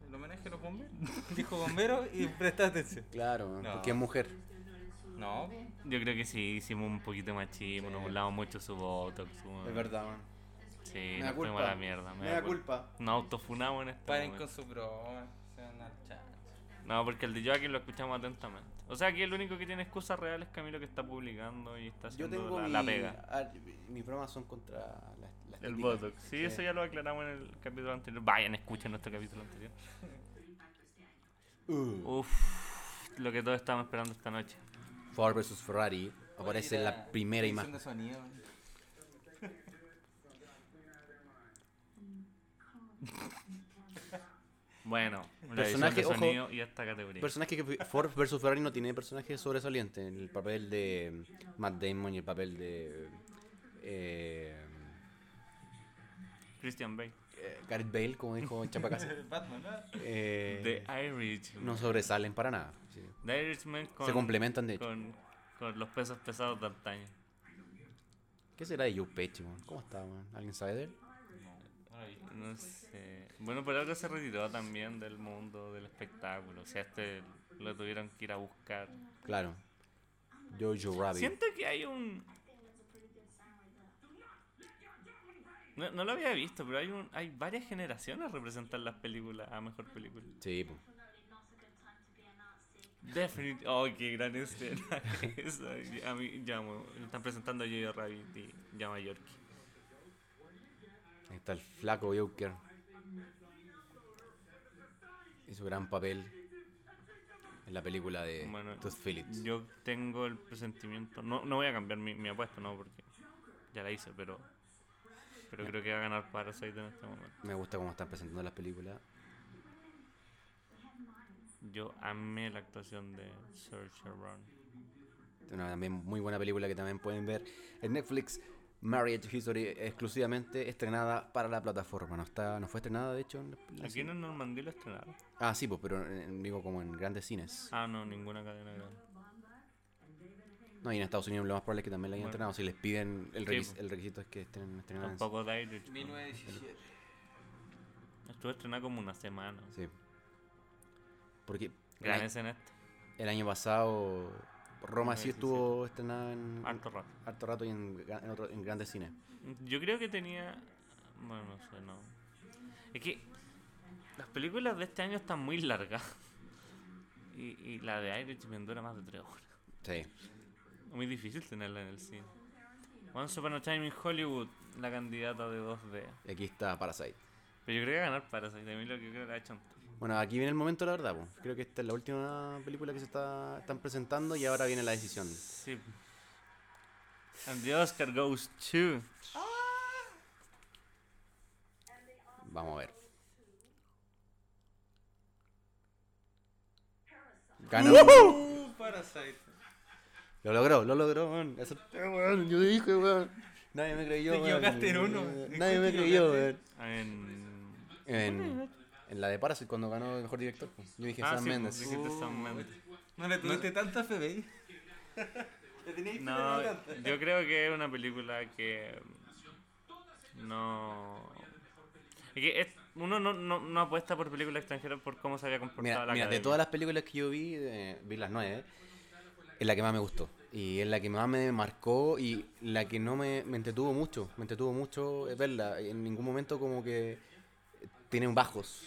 Speaker 3: El homenaje a los bomberos. Dijo bombero y presta atención.
Speaker 4: Claro,
Speaker 3: No.
Speaker 4: porque es mujer.
Speaker 3: No,
Speaker 2: Yo creo que sí, hicimos un poquito de machismo, nos burlamos mucho de su botox. weón.
Speaker 4: man.
Speaker 2: Sí, nos fuimos a la mierda. me da cul- Nos autofunamos en este
Speaker 3: paren
Speaker 2: momento.
Speaker 3: con su broma. Se van al chat.
Speaker 2: No, porque el de Joaquín lo escuchamos atentamente. O sea, que el único que tiene excusas reales es Camilo que está publicando y está
Speaker 4: Yo
Speaker 2: haciendo
Speaker 4: tengo
Speaker 2: la,
Speaker 4: mi,
Speaker 2: la pega.
Speaker 4: ah, mis bromas son contra la, la
Speaker 2: El
Speaker 4: estética.
Speaker 2: botox. Sí, eso ya lo aclaramos en el capítulo anterior. Vayan, escuchen nuestro capítulo anterior.
Speaker 4: Uh.
Speaker 2: Uf, lo que todos estábamos esperando esta noche.
Speaker 4: Ford versus Ferrari aparece en la primera
Speaker 3: edición
Speaker 4: imagen.
Speaker 3: de sonido.
Speaker 2: Bueno, la edición
Speaker 4: Personaje,
Speaker 2: de
Speaker 4: ojo,
Speaker 2: sonido y esta categoría.
Speaker 4: Personaje que Ford versus Ferrari no tiene personaje sobresaliente. El papel de mm, Matt Damon y el papel de eh,
Speaker 2: Christian Bale.
Speaker 4: eh, Gareth Bale, como dijo Chapacasa.
Speaker 3: Batman, ¿no?
Speaker 4: Eh,
Speaker 2: The Irishman.
Speaker 4: no sobresalen para nada. sí.
Speaker 2: The Irishman con,
Speaker 4: Se complementan de hecho.
Speaker 2: con, con los pesos pesados de antaño.
Speaker 4: ¿Qué será de Joe Pesci, man? ¿Cómo está, man? ¿Alguien sabe de él?
Speaker 2: No sé. Bueno, pero ahora se retiró también del mundo del espectáculo. O sea, este lo tuvieron que ir a buscar.
Speaker 4: Claro. Jojo Rabbit.
Speaker 2: Siento que hay un. No, no lo había visto, pero hay un, hay varias generaciones representan las películas a mejor película.
Speaker 4: Sí, po.
Speaker 2: Definitely. Oh, qué gran escena. esa. A mí llamo. Están presentando a Jojo Rabbit y llama a Yorkie.
Speaker 4: Ahí está el flaco Joker. Y su gran papel en la película de
Speaker 2: Bueno,
Speaker 4: Todd Phillips.
Speaker 2: Yo tengo el presentimiento. No, no voy a cambiar mi, mi apuesta, no, porque ya la hice, pero. Pero creo que va a ganar Parasite en este momento.
Speaker 4: Me gusta cómo están presentando las películas.
Speaker 2: Yo amé la actuación de Saoirse Ronan.
Speaker 4: Una también muy buena película que también pueden ver en Netflix. Marriage History exclusivamente estrenada para la plataforma. No está no fue estrenada, de hecho. En la-
Speaker 2: Aquí en Normandía lo estrenaron.
Speaker 4: Ah, sí, pues, pero en- digo como en grandes cines.
Speaker 2: Ah, no, ninguna cadena grande.
Speaker 4: No, y en Estados Unidos lo más probable es que también la hayan
Speaker 2: Bueno.
Speaker 4: estrenado. Si les piden, el,
Speaker 2: Sí,
Speaker 4: requis-
Speaker 2: pues.
Speaker 4: el requisito es que estén estrenadas. en-
Speaker 2: Tampoco de Irish.
Speaker 3: 1917.
Speaker 2: Estuvo estrenada como una semana.
Speaker 4: Sí. Porque el,
Speaker 2: Gran
Speaker 4: a-
Speaker 2: escena esta.
Speaker 4: el año pasado Roma sí
Speaker 2: 1917.
Speaker 4: estuvo estrenada en en-
Speaker 2: Harto rato.
Speaker 4: harto rato y en, gra- en otro- en grandes cines.
Speaker 2: Yo creo que tenía. Bueno, no sé, no. Es que las películas de este año están muy largas. Y, y la de Irishman dura más de tres horas.
Speaker 4: Sí.
Speaker 2: Muy difícil tenerla en el cine. Once Upon a Time in Hollywood, la candidata de 2D.
Speaker 4: Y aquí está Parasite.
Speaker 2: Pero yo creo que va a ganar Parasite, a mí lo que creo que la echan.
Speaker 4: Bueno, aquí viene el momento, la verdad. po. Creo que esta es la última película que se está, están presentando y ahora viene la decisión.
Speaker 2: Sí. And the Oscar goes to.
Speaker 4: Vamos a ver. Ganó.
Speaker 3: Uh, Parasite.
Speaker 4: Lo logró, lo logró, weón. Acerté, weón. Yo dije, weón. Nadie me creyó,
Speaker 3: Te
Speaker 4: weón.
Speaker 3: equivocaste en uno.
Speaker 4: Nadie me
Speaker 3: Te
Speaker 4: creyó, weón.
Speaker 3: equivocaste.
Speaker 2: En.
Speaker 4: En, en la de Parasite, cuando ganó el mejor director. po. Yo dije,
Speaker 2: Ah,
Speaker 4: Sam
Speaker 2: sí, pues,
Speaker 4: Mendes.
Speaker 2: dijiste Sam Mendes.
Speaker 3: No le tuviste tanta fe, baby. Le tenías fe
Speaker 2: No,
Speaker 3: de tanta.
Speaker 2: yo creo que es una película que mm, no. es que es- uno no, no, no apuesta por películas extranjeras por cómo se había comportado
Speaker 4: Mira,
Speaker 2: la
Speaker 4: mira, de
Speaker 2: academia.
Speaker 4: todas las películas que yo vi, eh, vi las nueve, es la que más me gustó. Y es la que más me marcó y la que no me, me entretuvo mucho. Me entretuvo mucho eh, verla. En ningún momento como que tienen bajos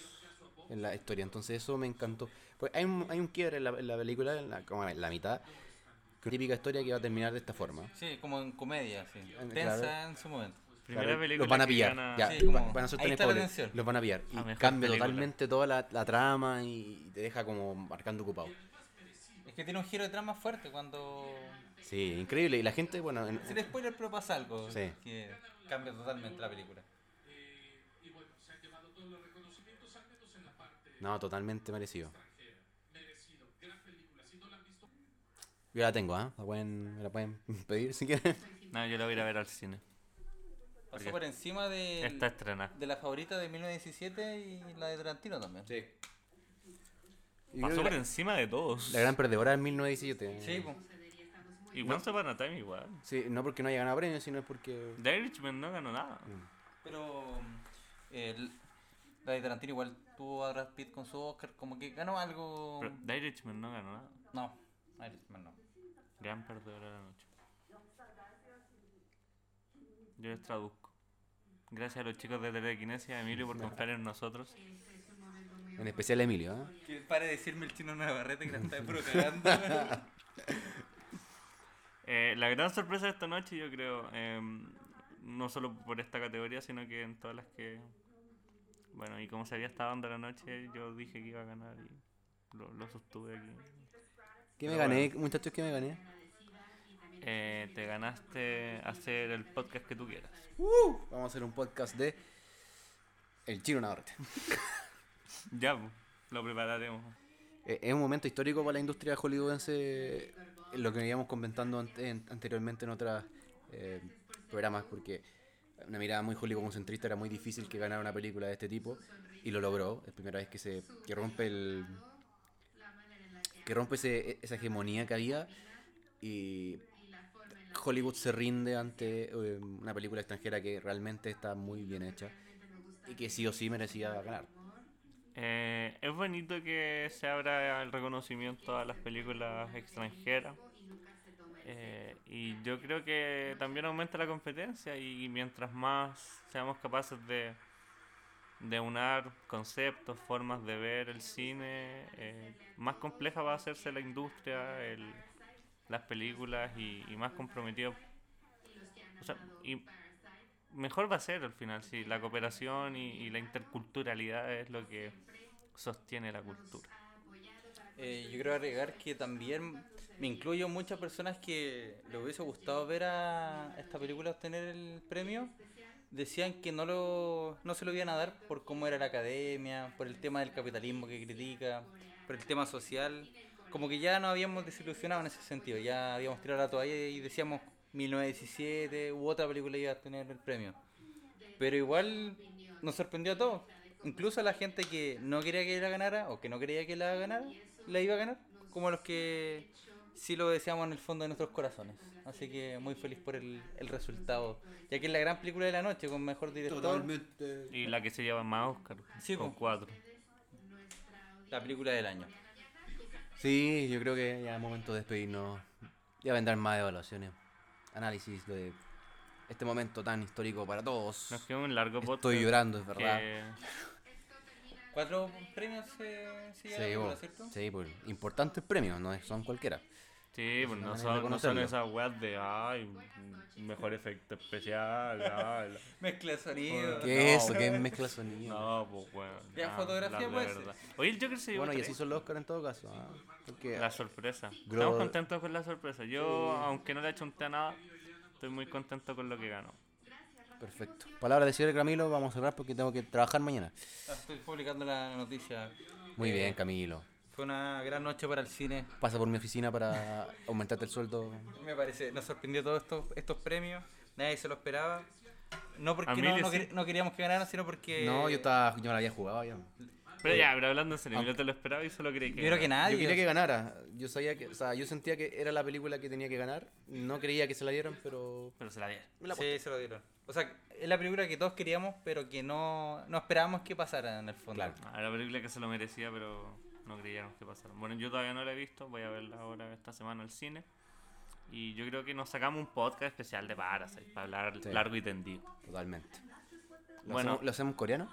Speaker 4: en la historia. Entonces eso me encantó. Pues hay un, hay un quiebre en la, en la película, en la, como en la mitad, que es una típica historia que va a terminar de esta forma.
Speaker 3: Sí, como en comedia, sí.
Speaker 4: Eh, Claro.
Speaker 3: Tensa en su momento.
Speaker 2: Primera
Speaker 4: Claro,
Speaker 2: película
Speaker 4: los van a
Speaker 2: que
Speaker 4: pillar.
Speaker 2: gana-
Speaker 4: Ya,
Speaker 3: Sí,
Speaker 4: va-
Speaker 3: como-
Speaker 4: van a ser
Speaker 3: ahí
Speaker 4: tan
Speaker 3: está la
Speaker 4: spoilers,
Speaker 3: tensión.
Speaker 4: Los van a pillar.
Speaker 2: La
Speaker 4: Y
Speaker 2: mejor
Speaker 4: cambia
Speaker 2: película.
Speaker 4: totalmente toda la, la trama y y te deja como marcando ocupado.
Speaker 3: Es que tiene un giro de trama fuerte cuando.
Speaker 4: Sí, increíble. Y la gente, bueno, en-
Speaker 3: Sin spoiler, pero pasa algo.
Speaker 4: Sí.
Speaker 3: Que cambia totalmente la película.
Speaker 4: no, totalmente merecido. Yo la tengo, ¿ah? La pueden, me la pueden pedir si quieren.
Speaker 2: No, yo la voy a ir a ver al cine.
Speaker 3: Pasó
Speaker 2: Porque
Speaker 3: por encima de,
Speaker 2: Esta estrena.
Speaker 3: de la favorita de 1917 y la de Tarantino también.
Speaker 4: Sí.
Speaker 2: Pasó por
Speaker 4: la,
Speaker 2: encima de todos.
Speaker 4: la gran perdedora es 1917.
Speaker 3: Sí, po.
Speaker 2: Y Once Upon a Time igual.
Speaker 4: Sí, no porque no haya ganado premios, sino porque.
Speaker 2: The Irishman no ganó nada.
Speaker 4: Mm.
Speaker 3: pero el- la de Tarantino igual tuvo a Brad Pitt con su Oscar, como que ganó algo.
Speaker 2: Pero The Irishman no ganó nada.
Speaker 3: No, Irishman no.
Speaker 2: Gran perdedora de la noche. Yo les traduzco. Gracias a los chicos de Telequinesia, Emilio, por confiar en nosotros.
Speaker 4: En especial Emilio, ¿ah?
Speaker 3: Que para de decirme el chino Navarrete que la está puro cagando.
Speaker 2: Eh, la gran sorpresa de esta noche, yo creo, eh, no solo por esta categoría, sino que en todas las que. Bueno, y como se había estado dando la noche, yo dije que iba a ganar y lo, lo sostuve aquí.
Speaker 4: ¿Qué me
Speaker 2: Pero
Speaker 4: gané, muchachos? ¿Qué me gané?
Speaker 2: Eh, te ganaste hacer el podcast que tú quieras.
Speaker 4: Vamos a hacer un podcast de. El Chino Norte.
Speaker 2: Ya, po, lo prepararemos.
Speaker 4: Eh, Es un momento histórico para la industria hollywoodense, eh, lo que veníamos comentando ante- en- anteriormente en otros programas, porque una mirada muy hollywoodcentrista era muy difícil que ganara una película de este tipo, y lo logró, es la primera vez que se que rompe el que rompe ese- esa hegemonía que había, y Hollywood se rinde ante eh, una película extranjera que realmente está muy bien hecha, y que sí o sí merecía ganar.
Speaker 2: Eh, es bonito que se abra el reconocimiento a las películas extranjeras. Eh, y yo creo que también aumenta la competencia y mientras más seamos capaces de, de unar conceptos, formas de ver el cine, eh, más compleja va a hacerse la industria, el- las películas y, y más comprometido. O sea, y mejor va a ser al final si la cooperación y, y la interculturalidad es lo que sostiene la cultura.
Speaker 3: Eh, yo quiero agregar que también me incluyo muchas personas que les hubiese gustado ver a esta película obtener el premio. Decían que no, lo, no se lo iban a dar por cómo era la academia, por el tema del capitalismo que critica, por el tema social. Como que ya nos habíamos desilusionado en ese sentido, ya habíamos tirado la toalla y decíamos, 1917 u otra película iba a tener el premio. Pero igual nos sorprendió a todos. Incluso a la gente que no quería que la ganara o que no creía que la ganara, la iba a ganar. Como los que sí lo deseamos en el fondo de nuestros corazones. Así que muy feliz por el, el resultado. Ya que es la gran película de la noche con mejor director.
Speaker 4: Totalmente.
Speaker 2: Y la que se lleva más Oscar,
Speaker 3: Sí,
Speaker 2: con
Speaker 3: po.
Speaker 2: cuatro.
Speaker 3: La película del año.
Speaker 4: Sí, yo creo que ya es momento de despedirnos. Ya vendrán más evaluaciones, análisis de este momento tan histórico para todos.
Speaker 2: Nos quedó un largo podcast.
Speaker 4: Estoy llorando, es verdad.
Speaker 2: que-
Speaker 3: Cuatro premios eh, se
Speaker 4: Sí,
Speaker 3: llevaron,
Speaker 4: po.
Speaker 3: ¿cierto?
Speaker 4: Sí, por importantes premios, no es- son cualquiera.
Speaker 2: Sí, pues no
Speaker 4: manera de
Speaker 2: son, no son
Speaker 4: conocerlo.
Speaker 2: esas weas de ay, mejor efecto especial. ay, la-
Speaker 3: Mezcla de sonido.
Speaker 4: ¿Qué
Speaker 2: No,
Speaker 4: es eso? ¿Qué
Speaker 2: bueno.
Speaker 4: mezcla de sonido?
Speaker 2: No, pues weón.
Speaker 3: Ya, fotografía pues.
Speaker 2: la
Speaker 3: puede
Speaker 2: verdad. Oye, el Joker se llevó
Speaker 4: Bueno, y
Speaker 2: tres.
Speaker 4: así son los Oscar en todo caso. ah, Porque
Speaker 2: La sorpresa.
Speaker 4: Gro-
Speaker 2: Estamos contentos con la sorpresa. Yo, aunque no le achunté a nada, estoy muy contento con lo que ganó.
Speaker 4: Perfecto. Palabra de cierre, Camilo. Vamos a cerrar porque tengo que trabajar mañana.
Speaker 3: Ah, Estoy publicando la noticia.
Speaker 2: Eh.
Speaker 4: Muy bien, Camilo.
Speaker 3: Fue una gran noche para el cine.
Speaker 4: Pasa por mi oficina para aumentarte el sueldo.
Speaker 3: Me parece, nos sorprendió todos estos, estos premios. Nadie se lo esperaba. No porque
Speaker 2: A mí
Speaker 3: no,
Speaker 2: le
Speaker 3: no
Speaker 2: sí.
Speaker 3: quer- no queríamos que ganaran, sino porque.
Speaker 2: Eh.
Speaker 4: No, yo estaba, yo me la había jugado ya.
Speaker 2: Pero ya, pero hablando en serio, yo te lo esperaba y solo creí que.
Speaker 3: Yo creo que
Speaker 2: ganara.
Speaker 3: nadie.
Speaker 4: Yo quería que ganara. Yo sabía que, o sea, yo sentía que era la película que tenía que ganar. No creía que se la dieran, pero
Speaker 2: Pero se la dieron.
Speaker 4: me la aposté.
Speaker 3: Sí, se lo dieron. O sea, es la película que todos queríamos, pero que no, no esperábamos que pasara en el fondo.
Speaker 4: Claro.
Speaker 2: Ah, la película que se lo merecía, pero no creyeron que pasara. Bueno, yo todavía no la he visto, voy a verla ahora esta semana al cine. Y yo creo que nos sacamos un podcast especial de Parasite para hablar
Speaker 4: Sí.
Speaker 2: largo y tendido.
Speaker 4: Totalmente. ¿Lo,
Speaker 2: Bueno.
Speaker 4: hacemos, ¿Lo hacemos coreano?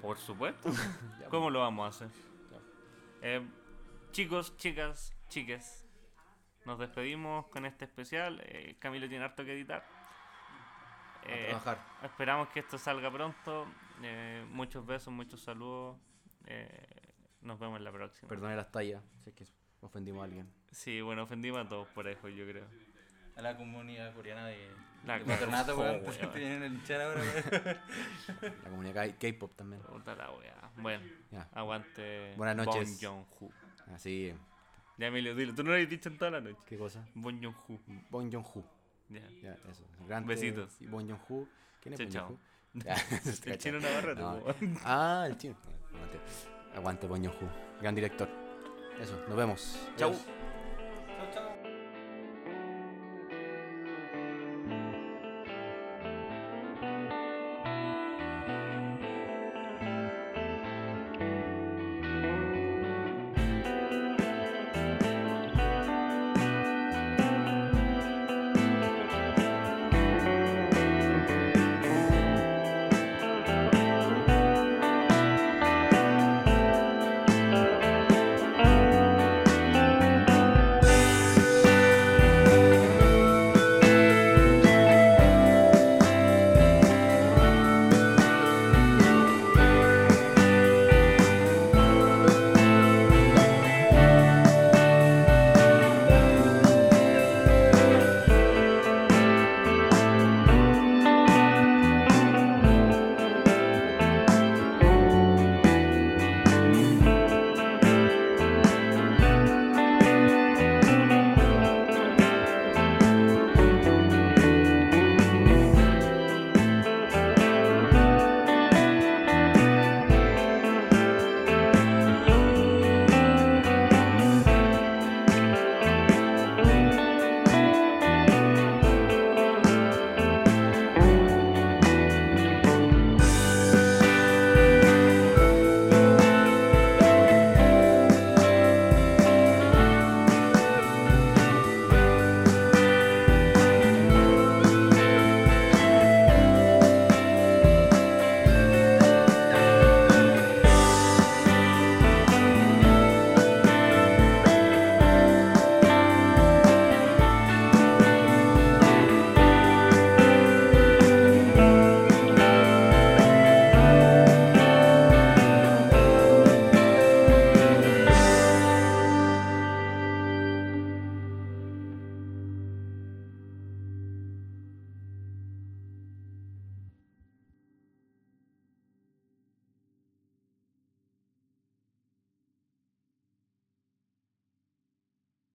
Speaker 2: Por supuesto. ¿Cómo lo vamos a hacer? Eh, chicos, chicas, chiques, nos despedimos con este especial. Eh, Camilo tiene harto que editar. Eh,
Speaker 4: trabajar.
Speaker 2: Esperamos que esto salga pronto. Eh, muchos besos, muchos saludos. Eh, nos vemos en la próxima.
Speaker 4: Perdone las tallas, si es que ofendimos a alguien.
Speaker 2: Sí, bueno, ofendimos a todos por eso, yo creo.
Speaker 3: A la comunidad coreana de.
Speaker 2: La
Speaker 3: de
Speaker 2: cagó,
Speaker 3: Patronato, weón.
Speaker 2: weón.
Speaker 3: Te vienen a linchar ahora, weón.
Speaker 4: La comunidad K- K-pop también.
Speaker 2: Puta la wea. Bueno,
Speaker 4: Ya.
Speaker 2: aguante.
Speaker 4: Buenas noches.
Speaker 2: Bon Joon-ho.
Speaker 4: Así,
Speaker 2: Ya, Emilio, dilo. Tú no lo has dicho en toda la noche.
Speaker 4: ¿qué cosa?
Speaker 2: Bon Joon-ho.
Speaker 4: Bon Jong-hoo.
Speaker 2: Ya.
Speaker 4: Ya, eso. Gran
Speaker 2: Besitos.
Speaker 4: Y Bon Jong-hoo. ¿Quién
Speaker 2: Chao,
Speaker 4: es Bon
Speaker 2: chao.
Speaker 4: Jong-hoo? Ya, se
Speaker 2: El
Speaker 4: cacha.
Speaker 2: chino Navarro,
Speaker 4: No.
Speaker 2: tú, weón.
Speaker 4: Ah, el chino. Aguante. Aguante, Bon Jong-hoo. Gran director. Eso, nos vemos.
Speaker 2: Chau.
Speaker 4: Adiós.